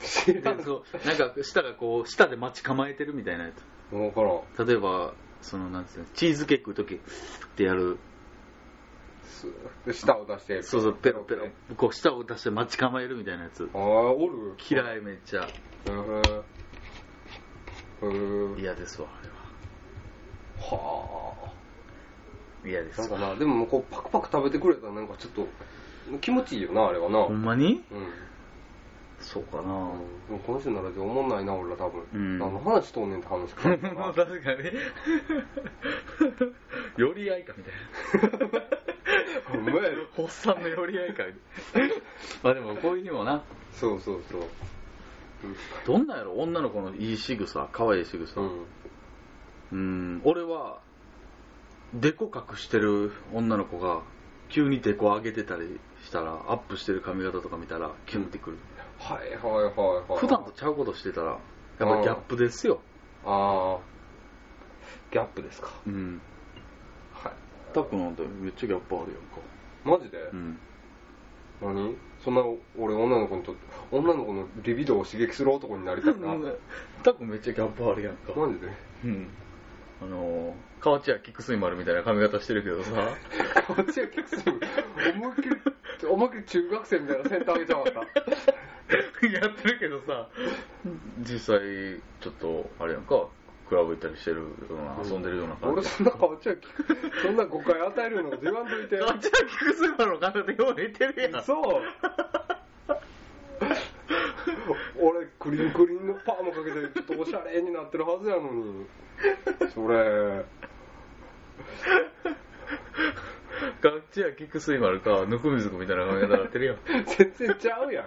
S1: 知らん
S2: でそうなんか舌がこう舌で待ち構えてるみたいなや
S1: 分からん
S2: つ例えばそのなんつうのチーズケーキ食うときってやる
S1: すで舌を出して
S2: そうそうペロペロこう舌を出して待ち構えるみたいなやつ
S1: ああおる
S2: 嫌いめっちゃ
S1: へえへえ
S2: 嫌ですわあれは
S1: はあ
S2: 嫌です
S1: なんか
S2: わ
S1: な、でもこうパクパク食べてくれたらなんかちょっと気持ちいいよな、あれはな。う
S2: ほ
S1: ん。
S2: んまに
S1: うん、
S2: そうかな
S1: でもこの人ならで思んないな、俺ら多分。
S2: うん
S1: 何の話しとんねんって話かな。
S2: <laughs> 確かに <laughs> 寄り合いかみたいな <laughs>
S1: ほんまやろ
S2: おっさんの寄り合い会まあでもこういうにもな
S1: そうそうそう。
S2: どんなんやろ女の子のいい仕草可愛い仕草
S1: う。
S2: うんん俺はデコ隠してる女の子が急にデコ上げてたりしたらアップしてる髪型とか見たらキュンってくる
S1: はいはいはいはい。
S2: 普段とちゃうことしてたらやっぱギャップですよ
S1: ああ。ギャップですか。
S2: うん
S1: はい。
S2: タックなんてめっちゃギャップあるやんか
S1: マジで、
S2: うん
S1: 何そんな俺女の子にとって、女の子のリビドーを刺激する男になりたいな。マ
S2: タコめっちゃギャップあるやんか。
S1: ジで
S2: うん。あのー、河内屋菊水丸みたいな髪型してるけど <laughs> さ、
S1: こっちがキックス思いっきり、思いっきり中学生みたいなセンター上げちゃなかった。
S2: やってるけどさ、実際、ちょっと、あれやんか、クラブ行ったりしてるような、 <laughs> 遊んでるような感
S1: 俺
S2: じ。
S1: そんな顔ちゃうそんな誤解与えるようなこと言わんといて
S2: 河内屋菊水丸の髪型よう似てるやん。
S1: そう俺クリンクリンのパーマかけてちょっとおしゃれになってるはずやのにそれ
S2: 河内屋菊水丸か、ぬくみずくみたいな髪型やってる <laughs> やん。
S1: 全然ちゃうやん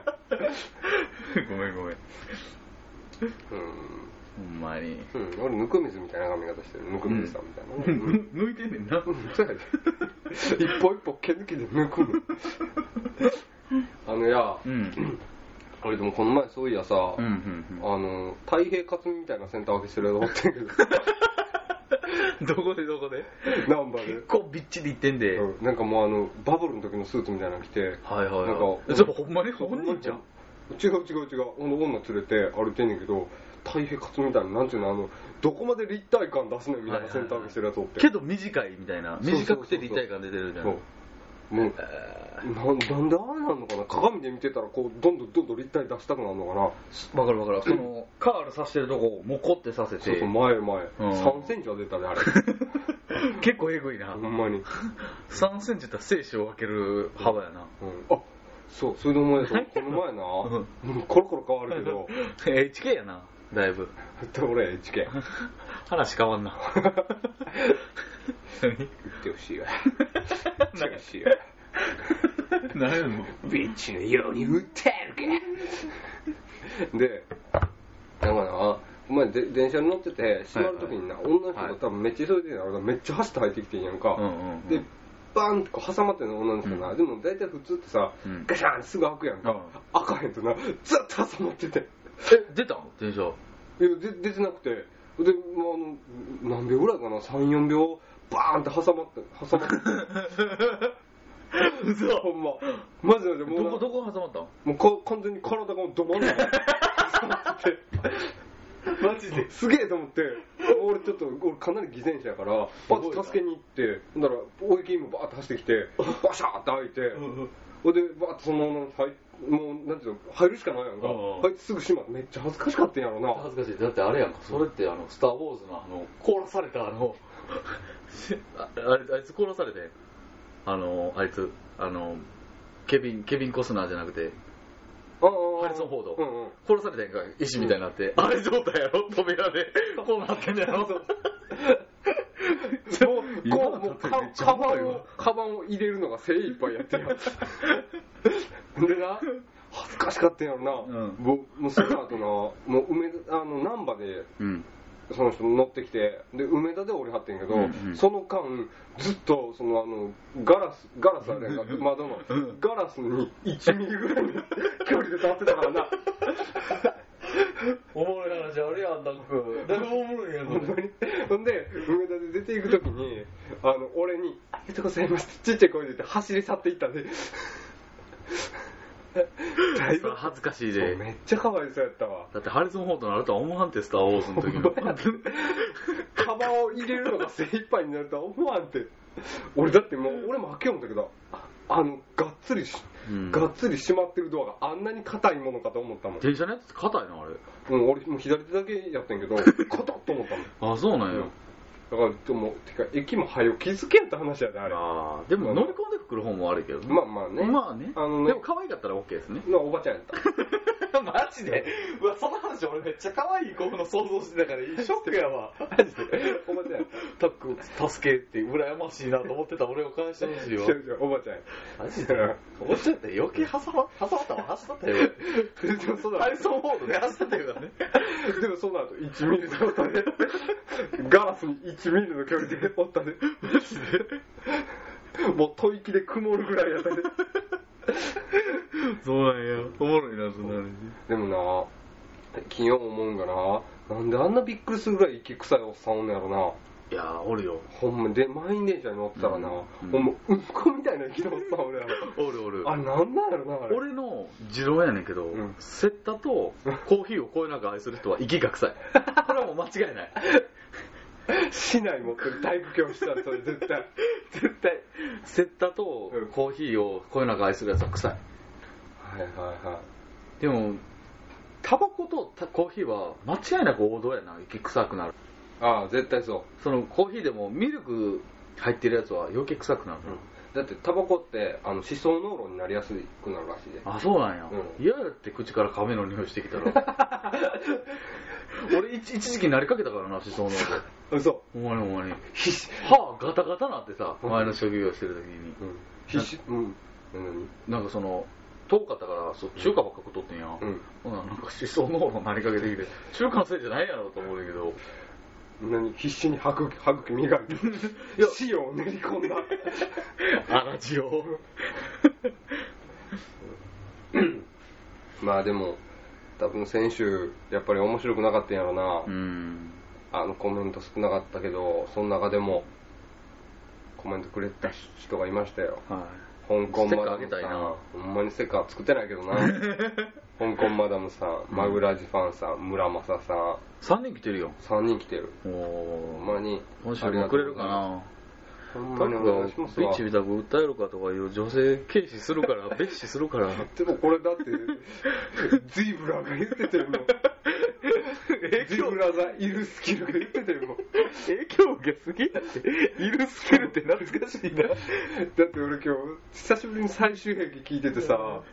S2: ごめんごめん。
S1: う
S2: ほんまに。
S1: ん、うん、俺ぬくみずみたいな髪型してるぬくみずさんみたいな、うんうん
S2: 抜いてんねんな。
S1: そうやで一歩一歩毛抜きで抜くむあのや
S2: うん。
S1: 俺でもこの前そういやさ、
S2: うん、うん、うん。
S1: あの、太平克美みたいなセンター分けしてるやつおってんけど。
S2: どこでどこで
S1: ナンバーで
S2: 結構びっちりいってんで。
S1: うんなんかもうあのバブルの時のスーツみたいなの着て
S2: はいはい
S1: なん
S2: は
S1: か
S2: い。えそれほんまに本人じゃん。
S1: 違う違う違うあの女連れて歩いてんねんけど大平勝みたいななんていうのあのどこまで立体感出すねんみたいなセンター着してるやつおって
S2: けど短いみたいな。
S1: そうそうそう
S2: 短くて立体感出てるみたいな
S1: そ。うもうななんであれなのかな鏡で見てたらこうどんどんどんどん立体出したくなるのかな
S2: わかるわかる。その、カールさしてるとこをもこってさせ
S1: そう
S2: て
S1: そう、前へ前へ
S2: うん
S1: 3センチは出たであれ
S2: <laughs> 結構えぐいな
S1: ほ。んまに、うん、
S2: 3センチやったら精子を分ける幅やな。
S1: あそうそれで思い出したこの前な、うんコロコロ変わるけど
S2: HK やな、だいぶ。
S1: 俺 HK
S2: 話変わ
S1: <laughs>
S2: んな。
S3: 言ってほしい
S2: <laughs>
S3: わ。言ってほしいわ。
S2: 何やも
S3: ビッチのように打ってる
S1: <laughs> でなんかなお前で電車に乗ってて閉まる時にな、女の人が多分めっちゃ急いでるんやろなめっちゃ走って入ってきてんやんか、
S2: うんうんうん
S1: でバーンってこう挟まってんの女の人な、
S2: うん
S1: でも大体普通ってさ、
S2: うん
S1: ガシャンってすぐ開くやんか、
S2: うん
S1: 開かへんとなずっと挟まっててい
S2: え、出たん電車。
S1: やで出てなくてで、まあ、あの何秒ぐらいかな34秒バーンって挟まって挟まってて
S2: <laughs> 嘘
S1: ほんまマジマジでも
S2: <laughs> ど
S1: うな
S2: こ、どこ挟まった
S1: <laughs>
S2: ん
S1: もうこ完全に体がど真ん
S2: <laughs>
S1: 中に挟まってて
S2: マジで。
S1: すげえと思って、俺ちょっと、俺かなり偽善者やから、パッと助けに行って、ほんだら、大雪もバーって走ってきて、バシャーって開いて、ほ、んで、バーってそのまま入っ、もう、なんていうの、入るしかないやんか。
S2: うんうん
S1: 入ってすぐ閉まって、めっちゃ恥ずかしかったんやろな。
S2: 恥ずかしい。だってあれやんか、それってあの、スター・ウォーズのあの、凍らされたあの、 <laughs> ああれあいつ凍らされて、あの、あいつ、あの、ケビン、ケビン・コスナーじゃなくて、
S1: ああ
S2: ハリソンフォード
S1: うんうん。
S2: 殺されたやんか、石みたいになって、あれ状態やろ扉で、こうなってんじゃろ <laughs>
S1: もう、
S2: 今
S1: こ
S2: の
S1: う、もう
S2: 例
S1: か、
S2: えめっちゃ
S1: カ
S2: おも
S1: バ
S2: ろい
S1: ンを
S2: わ、
S1: カバンを入れるのが精一杯やってるやん。でな、恥ずかしかったんやろな。
S2: うん
S1: もう、もうその後な、もう梅田、あの、難波で、
S2: うん。
S1: その人乗ってきてで梅田で降りはってんけど、
S2: うんうん
S1: その間ずっとそのあのガラスガラスあれやんか窓の、
S2: うん
S1: ガラスに1ミリぐらいの距離で立ってたからな
S2: おもろい話あるやん、ダック。だいぶおもろいやん、
S1: ほんまにほんで梅田で出ていく時にあの俺に「ありがとうございます」ってちっちゃい声で言って走り去っていったんでだいぶ
S2: 恥ずかしい
S1: そう
S2: で。
S1: めっちゃかわいそうやったわ
S2: だってハリソン・フォードのあれとは思わんて、スター・ウォーズの時の。 <laughs>
S1: カバンを入れるのが精一杯になるとは思わんって俺だってもう俺も開けようんだけどあのがっつりし、
S2: うん
S1: がっつり閉まってるドアがあんなに硬いものかと思ったもん、
S2: 電車のやつって硬いな、あれ。
S1: うん、俺もう左手だけやってんけ
S2: <laughs>
S1: ど硬っと思ったもん
S2: あ、そうなんや。
S1: だからでもてか駅も早く気づけやって話やであれ
S2: あーでも乗り込んでくる方も悪いけどね
S1: まあまあね
S2: まあね。
S1: あのね
S2: でも可愛かったら OK ですね。
S1: のおばちゃんやった
S2: <laughs> マジでうわ、その話俺めっちゃ可愛い子の想像してた <laughs> から、ショックやわ。
S1: <laughs> おばちゃんやった
S2: タック助けって羨ましいなと思ってた俺を返してほしい
S1: 違
S2: よ
S1: う。違うおばちゃんや
S2: マジで落ちちゃって余計挟ま挟まったわ、走ったよ。
S1: でもそ
S2: <laughs>
S1: の
S2: ハリソン・フォードで走ったよだね。
S1: <laughs> でもその後1ミリでおったねガラスに1ミリの距離でおったねもう吐息で曇るぐらいやったね
S2: そうなんや。おもろいな、そんな話。
S1: でもな金曜思うんかななんであんなびっくりするぐらい息臭いおっさんおんのやろない
S2: やー、おるよ。
S1: ほんまで満員電車に乗ったらな、
S2: うん
S1: ほんまうんこみたいな息のおっさんおるやろ
S2: おるおる。
S1: あれなんなんやろなあれ
S2: 俺の持論やねんけど、
S1: ん
S2: セッ
S1: <laughs>
S2: タとコーヒーをこよなく愛する人は息が臭い。これはもう間違いない。
S1: 市内持ってる体育教師だそれ <laughs> 絶対
S2: 絶対。セッタとコーヒーをこよなく愛するやつは臭い。
S1: はいはいはい
S2: でも、タバコとタコーヒーは間違いなく王道やな、息臭くなる。
S1: ああ絶対そう
S2: そのコーヒーでもミルク入ってるやつは余計臭くなるな。
S1: だってタバコってあの思想濃炉になりやすくなるらしいで
S2: あ、そうなんや。
S1: うん
S2: 嫌、やって口から亀の匂いしてきたら。
S1: <laughs>
S2: 俺一一時期なりかけたからな、思
S1: <laughs>
S2: 想の。
S1: 嘘
S2: ほんまにほんまに。
S1: 必死
S2: 歯ガタガタなってさ、
S1: うん
S2: 前の職業してる時に。
S1: うん必死うんうん
S2: なんかその、遠かったから、そう中華ばっか食っとってんや。
S1: うん
S2: ほんならなんか思想の方のなりかけてきて、中華のせいじゃないやろと思うんだけ <laughs> ど。
S1: 何必死に歯茎歯茎 <laughs> 磨いて
S2: や
S1: 塩を練り込ん <laughs> だ
S2: あらじを。
S1: まあでも多分先週やっぱり面白くなかったんやろな、
S2: うん。
S1: あのコメント少なかったけどその中でもコメントくれた人がいましたよ
S2: は
S1: 香港
S2: ステッカ
S1: マ
S2: ー
S1: ダ
S2: あげ
S1: ム
S2: た
S1: さ
S2: い
S1: ん
S2: な
S1: ほんまに世界作ってない
S2: <laughs>
S1: けどな香港マダムさんマグラジファンさん村正さん
S2: い。3人来てるよ。
S1: 3人来てる
S2: お
S1: ほ
S2: お
S1: んまに
S2: 今週もくれるかな
S1: ほん
S2: タ
S1: まに
S2: ク
S1: お
S2: が
S1: 願いします
S2: ビ
S1: わ
S2: ッチビタク訴えるかとかいう女性軽視する <laughs> から、蔑視するから。
S1: でもこれだってズイブラーが言っててるもんズイブラーがいるスキルが言っててるもん
S2: 影響受けすぎだって。いるスキルって懐かしいな。
S1: だって俺今日久しぶりに最終兵器聞いててさ
S2: 多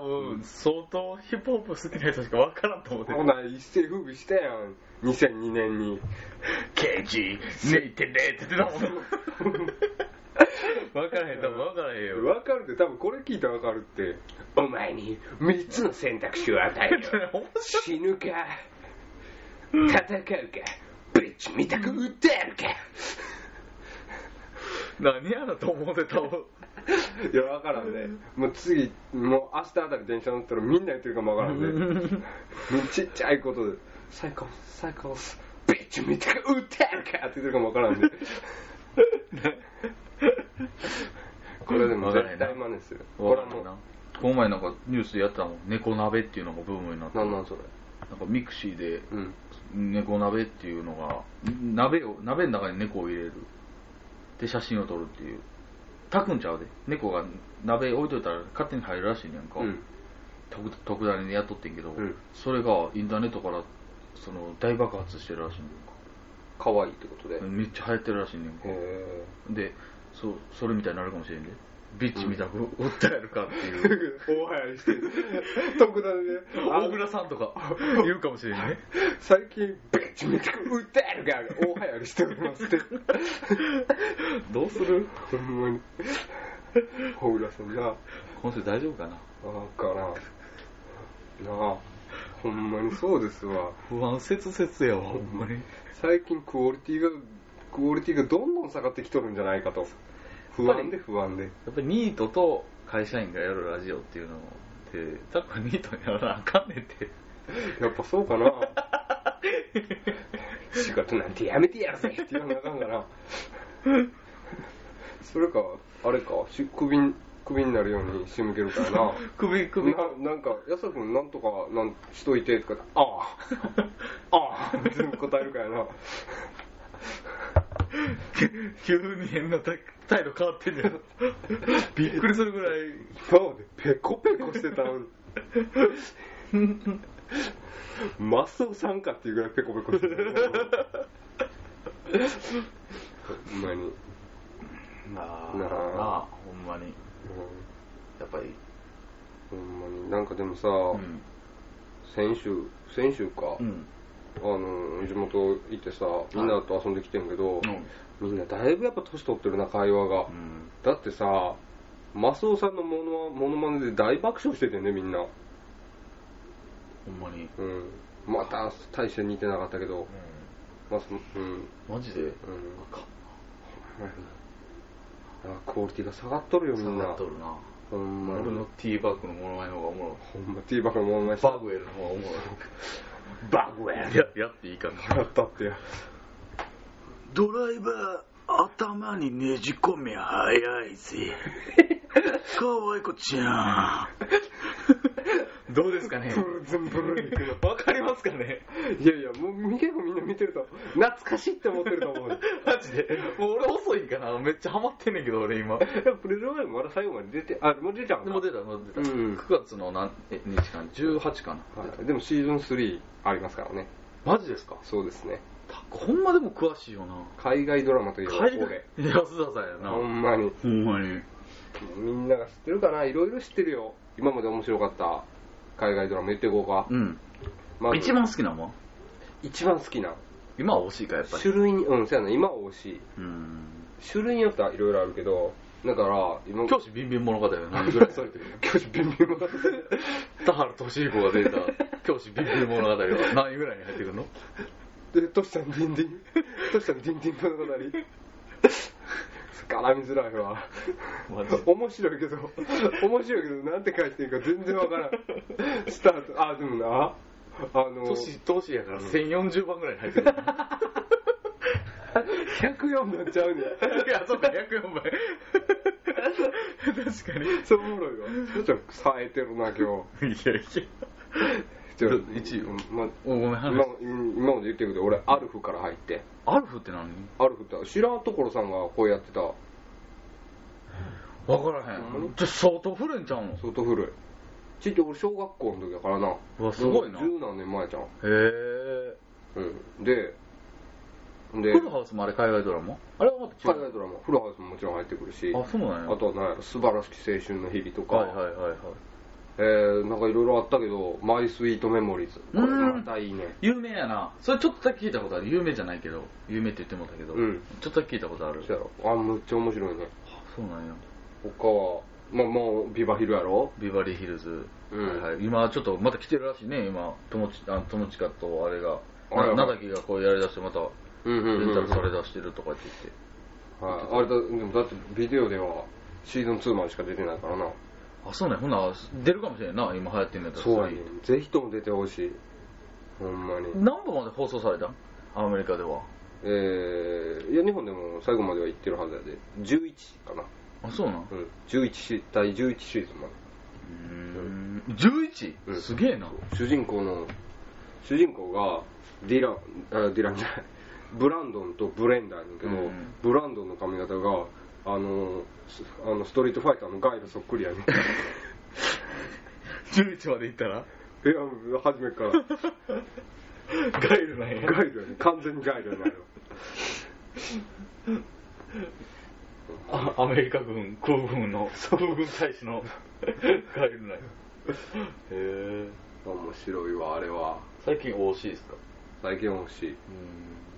S2: 分、相当ヒップホップ好きな人しかわからんと思って
S1: ほな一世風靡したやん2002年に
S2: ケージ、抜いてねって言ってたもん。わからへん、多分わからへんよ。
S1: わかるって多分これ聞いたらわかるってお前に3つの選択肢を与える死ぬか戦うかビッチみたく撃ってやるか
S2: 何やなと思ってたもん。
S1: いやわからんねもう次もう明日あたり電車乗ったらみんな言ってるかもわからんねもうちっちゃいことで「サイコスサイコスビッチみたく撃ってやるか!」って言ってるかもわからんねこれでも絶対真似するこ
S2: わ
S1: れ
S2: かん
S1: は
S2: ない
S1: も
S2: うな。この前なんかニュースでやってたもん。猫鍋っていうのがブームになって。
S1: なんなんそれ
S2: なんかミクシーで
S1: うん
S2: 猫鍋っていうのが、ん鍋を、鍋の中に猫を入れる。で、写真を撮るっていう。炊くんちゃうで。猫が鍋置いといたら勝手に入るらしいねんか。
S1: うん
S2: 特特ダネでやっとってんけど、
S1: うん
S2: それがインターネットからその大爆発してるらしいねん
S1: 可愛いってことで
S2: か。めっちゃ流行ってるらしいねんか。
S1: へ
S2: で、そそれみたいになるかもしれんで。ビッチみたく訴えるかっていう。
S1: <laughs> ー大流行りしてる特段ね
S2: 大倉さんとか言うかもしれないね。
S1: 最近「ビッチめちゃく打ってやるから」大流行りしておりますって
S2: どうする
S1: ほんまに大浦さんな
S2: 今週大丈夫かな
S1: わからんなあほんまにそうですわ
S2: 不安切々やわ、ほんまに。
S1: 最近クオリティがクオリティがどんどん下がってきとるんじゃないかと不安で不安で
S2: やっぱりニートと会社員がやるラジオっていうのって、タックはニートにやらなあかんねんって。
S1: <laughs> やっぱそうかな仕事なんてやめてやるぜって言わなあかんかな <laughs> それかあれかしクビにクビになるように仕向けるか
S2: <laughs>
S1: らな
S2: 首、首。
S1: ななんか「安田君なんとかなんしといて」とか「あ
S2: <laughs>
S1: あああ」全部答えるからな
S2: 急に変な態度変わってんじゃん。びっくりするぐらい。
S1: そうでペコペコしてたのにマスオさんかっていうぐらいペコペコして
S2: <laughs>
S1: たほんまに、
S2: なあ、
S1: な
S2: な
S1: あ
S2: あほんまに。やっぱり。
S1: うん、ほんまになんかでもさ、
S2: うん。
S1: 先週先週か、
S2: うん。
S1: あの地元行ってさみんなと遊んできてんけど、
S2: うん。
S1: みんなだいぶやっぱ年取ってるな会話が、
S2: うん。
S1: だってさマスオさんのモノモノマネで大爆笑しててねみんな
S2: ほんまに。
S1: うんまた大して似てなかったけどマスうんうん
S2: マジでか
S1: あクオリティが下がっとるよみ
S2: 下
S1: ん
S2: が
S1: な
S2: っとるな。
S1: ほんまに
S2: 俺のティーバッグのモノマネの方がおもろい。
S1: ほんまティーバッグのモノマネ
S2: バグウェルの方がおも <laughs> ろい。
S1: バグや
S2: や、やっていいかな。
S1: やったってや
S2: ドライバー、頭にねじ込み早い <laughs> ぜ。かわいこちゃん。どうですかね
S1: ブルズンブルンいくの
S2: わかりますかね
S1: いやいやもう結構みんな見てると懐かしいって思ってると思うよ
S2: マジで。もう俺遅いんかなめっちゃハマってんねんけど、俺今。で
S1: <laughs> プレゼン前もまだ最後まで出てあもう出ちゃうんか
S2: も出た、もう出た。
S1: うん
S2: 9月の何え日かな ?18 かな
S1: はいでもシーズン3ありますからね
S2: マジですか
S1: そうですね
S2: ほんまでも詳しいよな。
S1: 海外ドラマといえば
S2: 海外
S1: 俺。
S2: 安田さんやな。
S1: ほんまに
S2: ほんまに。
S1: みんなが知ってるかないろいろ知ってるよ今まで面白かった海外ドラマ言っていこうか、
S2: うん。
S1: まず
S2: 一番好きなもん
S1: 一番好きな
S2: 今は惜しいか、やっぱり。
S1: 種類にうんそうやな今は惜しい
S2: うん。
S1: 種類によってはいろいろあるけどだから今
S2: 教師ビンビン物語は <laughs> 何ぐらい
S1: 日それ <laughs> 教師ビンビンも
S2: 田原俊彦が出た教師ビンビン物語は何位ぐらいに入ってくるの
S1: でトシさんディンディントシさんディンディン物語
S2: <laughs>
S1: 絡みづらいわ
S2: マジで
S1: 面白いけど面白いけどなんて書いていいか全然わからんスタートあでもなあの、
S2: 年、年やから1040番ぐらいに入ってる。
S1: 104になっちゃうねん。
S2: <laughs> いや、そうか、104番。確かに。
S1: そうおもろいわ。ちょっと冴えてるな、今日。
S2: いやいや。
S1: ちょ
S2: 一位
S1: ま
S2: おごめん、話
S1: 今。今まで言ってるけど、俺、アルフから入って。
S2: アルフって何
S1: アルフって、知らんところさんがこうやってた、
S2: わからへ
S1: うんん。
S2: じゃ、相当古いんちゃうの
S1: 相当古い。ちっちゃい俺、小学校の時だからな。
S2: うわ、すごいな。へ
S1: 十何年前じゃん。
S2: え。
S1: うん。で、で
S2: フ、ルハウスもあれ海外ドラマあれはまた
S1: 海
S2: 違う。
S1: 外ドラマ、フルハウスももちろん入ってくるし、
S2: あ、そうなんや。
S1: あとは何やろ、素晴らしき青春の日々とか、
S2: はいはいはいはい。
S1: えー、なんかいろいろあったけど、マイスイートメモリーズ。これ
S2: うん
S1: またいいね。
S2: 有名やな。それちょっとだけ聞いたことある。有名じゃないけど、有名って言ってもうたけど、
S1: うん
S2: ちょっとだけ聞いたことある
S1: そ。やろ。あ、むっちゃ面白いね。
S2: あそうなんや。
S1: 他は、まあ、もう、ビバヒルやろ
S2: ビバリーヒルズ。
S1: うん
S2: はいはい、今ちょっとまた来てるらしいね、今、友近あの友近とあれが、
S1: はいはい
S2: ななだきがこうやりだして、また
S1: うんうん
S2: レ
S1: うん
S2: ンタ
S1: うん
S2: ルされだしてるとかって言って、
S1: はい、あれだ、でもだってビデオではシーズン2までしか出てないからな。
S2: あ、そうね、ほな、出るかもしれんな、今流行ってんのやったら
S1: そうやねん。ぜひとも出てほしい。ほんまに。
S2: 何本まで放送されたんアメリカでは。
S1: えー、いや、日本でも最後までは行ってるはずやで。11かな。
S2: あ、そうなん。
S1: うん。11し、第11シーズンま
S2: うん、11?
S1: うん
S2: すげえな。
S1: で。主人公の、主人公が、ディラン、あディランじゃない、ブランドンとブレンダーやねんけど、
S2: うん
S1: ブランドンの髪型が、あの、スあのストリートファイターのガイルそっくりやねん。 <laughs>
S2: 11まで行ったら
S1: え、あの初めから。
S2: ガイルなんや。
S1: ガイドやね完全にガイドになる
S2: あアメリカ軍空軍の空軍大使の <laughs> ガイルなんや。へえ。
S1: 面白いわあれは
S2: 最近 OC ですか
S1: 最近欲しい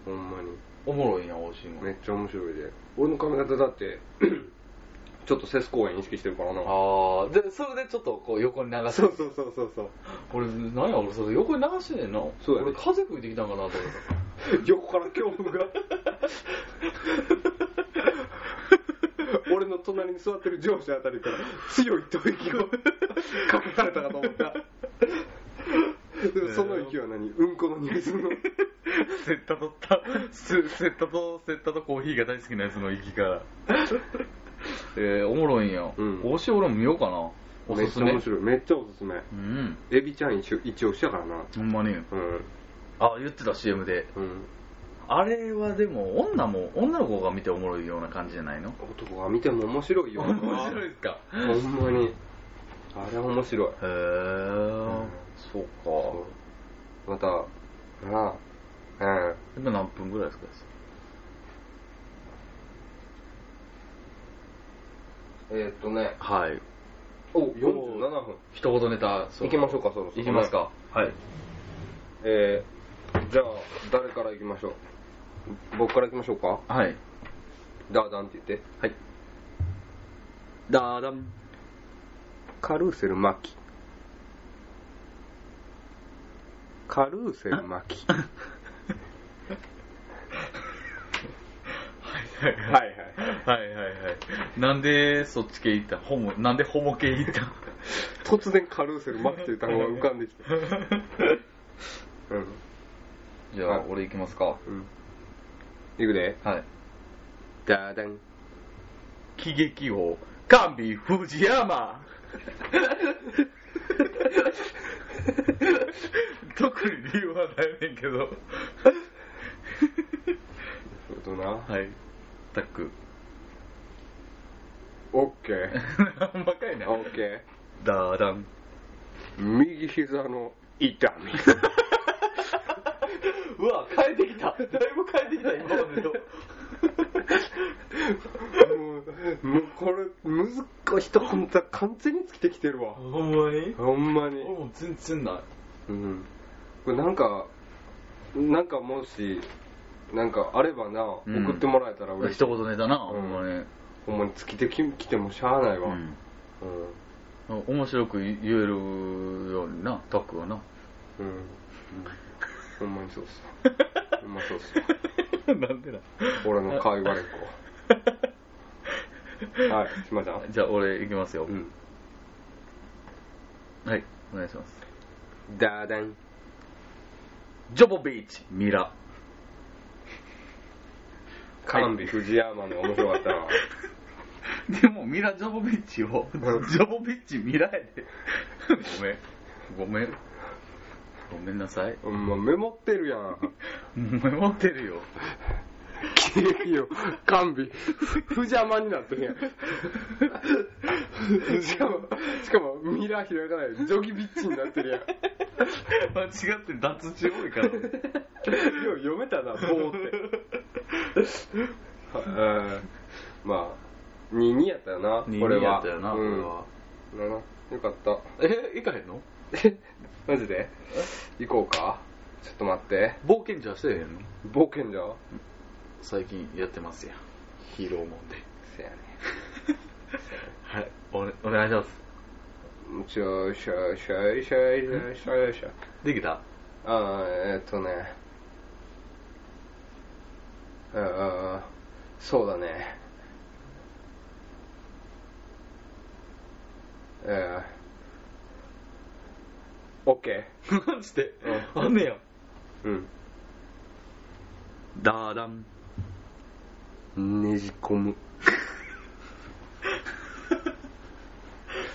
S2: うん。
S1: ほんまに
S2: おもろいな、おいしいも
S1: めっちゃ面白いで俺の髪型だって <clears throat> ちょっとセス公演意識してるからな
S2: ああ、で、それでちょっとこう横に流す。
S1: そうそうそうそうそう
S2: 俺、なんや、俺、それ横に流してんねんな。
S1: そうやね
S2: 俺、風吹いてきたんかなと思った。
S1: <laughs> 横から恐怖が <laughs> 俺の隣に座ってる上司あたりから強い吐息 <laughs> をかけられたかと思ったでもその勢いは何うんこの匂いするの
S2: <laughs> セッタとった、セッタと、セッタとコーヒーが大好きなやつの息が。 <laughs> えー、おもろいんや。
S1: うん
S2: おし俺も見ようかな。お
S1: め
S2: す
S1: っち
S2: す
S1: ゃ
S2: め。
S1: 面白いめっちゃおすすめ
S2: うん。
S1: エビちゃん一応一押しやからな
S2: ほんまに。
S1: うん
S2: あ、言ってた CM で。
S1: うん
S2: あれはでも、女も、女の子が見ておもろいような感じじゃないの
S1: 男が見ても面白いよ
S2: いですか。へ
S1: ほんまにあれは面白い
S2: え、ー
S1: ん。
S2: そう
S1: そ
S2: か。
S1: うまたなあうん
S2: 今何分ぐらいですか
S1: えーっとね
S2: はい。
S1: お47分
S2: 一言ネタ、そ
S1: 行きましょうかそろそ
S2: 行
S1: ろ
S2: きますか。はい。
S1: えー、じゃあ誰から行きましょう僕から行きましょうか
S2: はい。
S1: ダーダンって言って
S2: はい。ダーダン。
S1: カルーセルマキカルーセルマキ <laughs> はい
S2: はいはい。はいはいはい。なんでそっち系行ったホモ、なんでホモ系行った
S1: 突然カルーセルマキという単語が浮かんできてうん
S2: <laughs> じゃあ、
S1: はい
S2: 俺行きますか。
S1: うんいくで
S2: はい。
S1: ダーダン
S2: 喜劇王、カンビ藤山。特に理由はないねんけど。
S1: そうだな
S2: はい。タック。
S1: オッケー
S2: ほんまかいな。
S1: オッケ
S2: ダーダン。
S1: ー右膝の痛 <laughs> み
S2: うわ、変えてきた。だいぶ変えてきた、今までと。
S1: もうもうこれ難しいとこん完全につきてきてるわ
S2: ほんまに
S1: ほんまに
S2: 俺も全然ない。
S1: うんこれなんかなんかもしなんかあればな、
S2: うん
S1: 送ってもらえたら嬉しい
S2: 一言ネタな、ほんまに。
S1: ほんまにつきてき来てもしゃあないわ、うん
S2: 面白く言えるようにな、タックはな。
S1: うんほんまにそうっすわほんまそうっすわ
S2: <laughs> なんでな。
S1: 俺の会話力 <laughs> をはいしまちゃん
S2: じゃあ、俺行きますよ
S1: う。ん
S2: はい、お願いします。
S1: ダーダン
S2: ジョボビッチ、ミラ。
S1: カンビ、藤山の面白かった <laughs> な。
S2: でも、ミラ・ジョボビッチを、ジョボビッチ、ミラやで。ごめん。ごめん。ごめんなさい。
S1: うん、まあメモってるやん。
S2: メモってるよ。
S1: 経費よ、完備。不邪魔になってるやん。しかも、しかも、ミラー開かない。ジョギビッチになってるやん。
S2: 間違って脱字多い
S1: <laughs>
S2: から。
S1: よう読めたな、ボーって。はうんまあ、22やったよな、こ
S2: に
S1: れは。
S2: やったよな、これ
S1: うん
S2: は。
S1: だなよかった。
S2: え、行かへんの
S1: えマジで行こうか。ちょっと待って。
S2: 冒険者してへんの
S1: 冒険じゃん
S2: 最近やってますやん。ヒーローもんで。
S1: せやね。
S2: はい、おねお願いします。
S1: ちょしょしょしょしょしょしょ。
S2: できた
S1: ああ、えーっとね。ああ、そうだね。えー、オッケ
S2: マジで、あんねや。
S1: ー。
S2: ダーダン。
S1: うん。ねじ込む。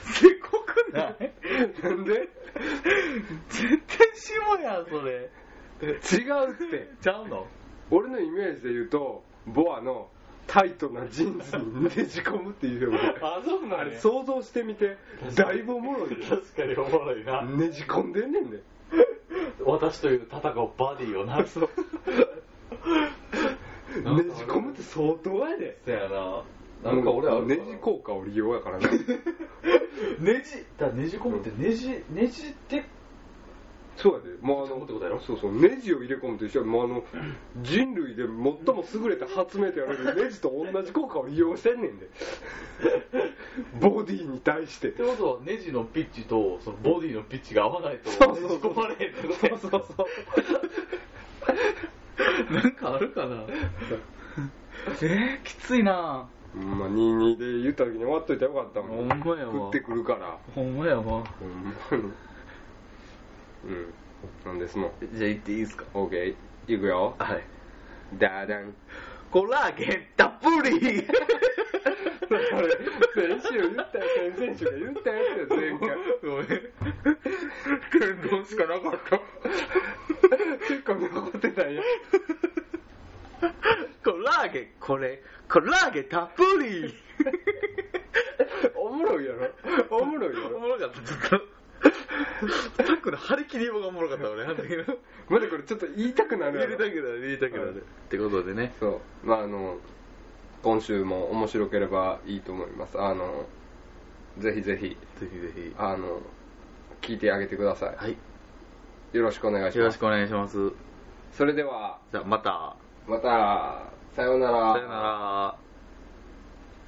S2: せこくない
S1: なんで
S2: 絶対下やん、それ。
S1: 違うって。
S2: ちゃうの
S1: 俺のイメージで言うと、ボアのタイトなジーンズにねじ込むっていう表現。
S2: あ、そう
S1: あれ想像してみて、だいぶおもろいよ。
S2: 確かにおもろいな。
S1: ねじ込んでんねんね。
S2: 私という戦うバディをな。そう。
S1: ねじ込むって相当やで。
S2: そやな。なんか俺はあるか
S1: ネ
S2: な
S1: ジ効果を利用やからね
S2: ねじ、だからねじ込むってねじ、ねじって、
S1: <laughs> そうやで、まあ、あの
S2: ってことやろ
S1: そうそうネジを入れ込むと一緒やもうあの人類で最も優れた発明と言われ <laughs> るネジと同じ効果を利用してんねんでボディに対して
S2: ってことはネジのピッチとそのボディのピッチが合わないと
S1: そう
S2: ね
S1: そ
S2: じ
S1: うそう
S2: 込まれへんってことや
S1: そうそうそう
S2: なんかあるかなえー、きついな
S1: うんまあ22で言った時に終わっといてよかったも
S2: ほん
S1: ん
S2: まや
S1: 食
S2: わ
S1: ってくるから
S2: ほんまやわ
S1: うんうんなんですもん
S2: じゃあ言っていいですか
S1: OK いくよ
S2: はい
S1: ダダン
S2: コラーゲンたっぷり
S1: それ先週言ったよ先々週が言ったやつよ前回
S2: ごめん天丼しかなかった
S1: 結構残ってたんや
S2: コラーゲンこれコラーゲンたっぷり
S1: おもろいやろおもろいや
S2: お
S1: ろ
S2: もろかったちょっとタックの張り切りようがおもろかった俺あの時の
S1: まだこれちょっと言いたくなるや
S2: 入れた
S1: ろ
S2: けど入れたけど
S1: はい
S2: ってことでね
S1: そうまああの今週も面白ければいいと思いますあのぜひぜひ
S2: ぜひぜひ
S1: あの聞いてあげてください、
S2: はい
S1: よろしくお願いし
S2: よろ
S1: ま
S2: し
S1: す
S2: くお願いします
S1: それでは
S2: じゃあまた
S1: またさよ
S2: さよ
S1: う
S2: なら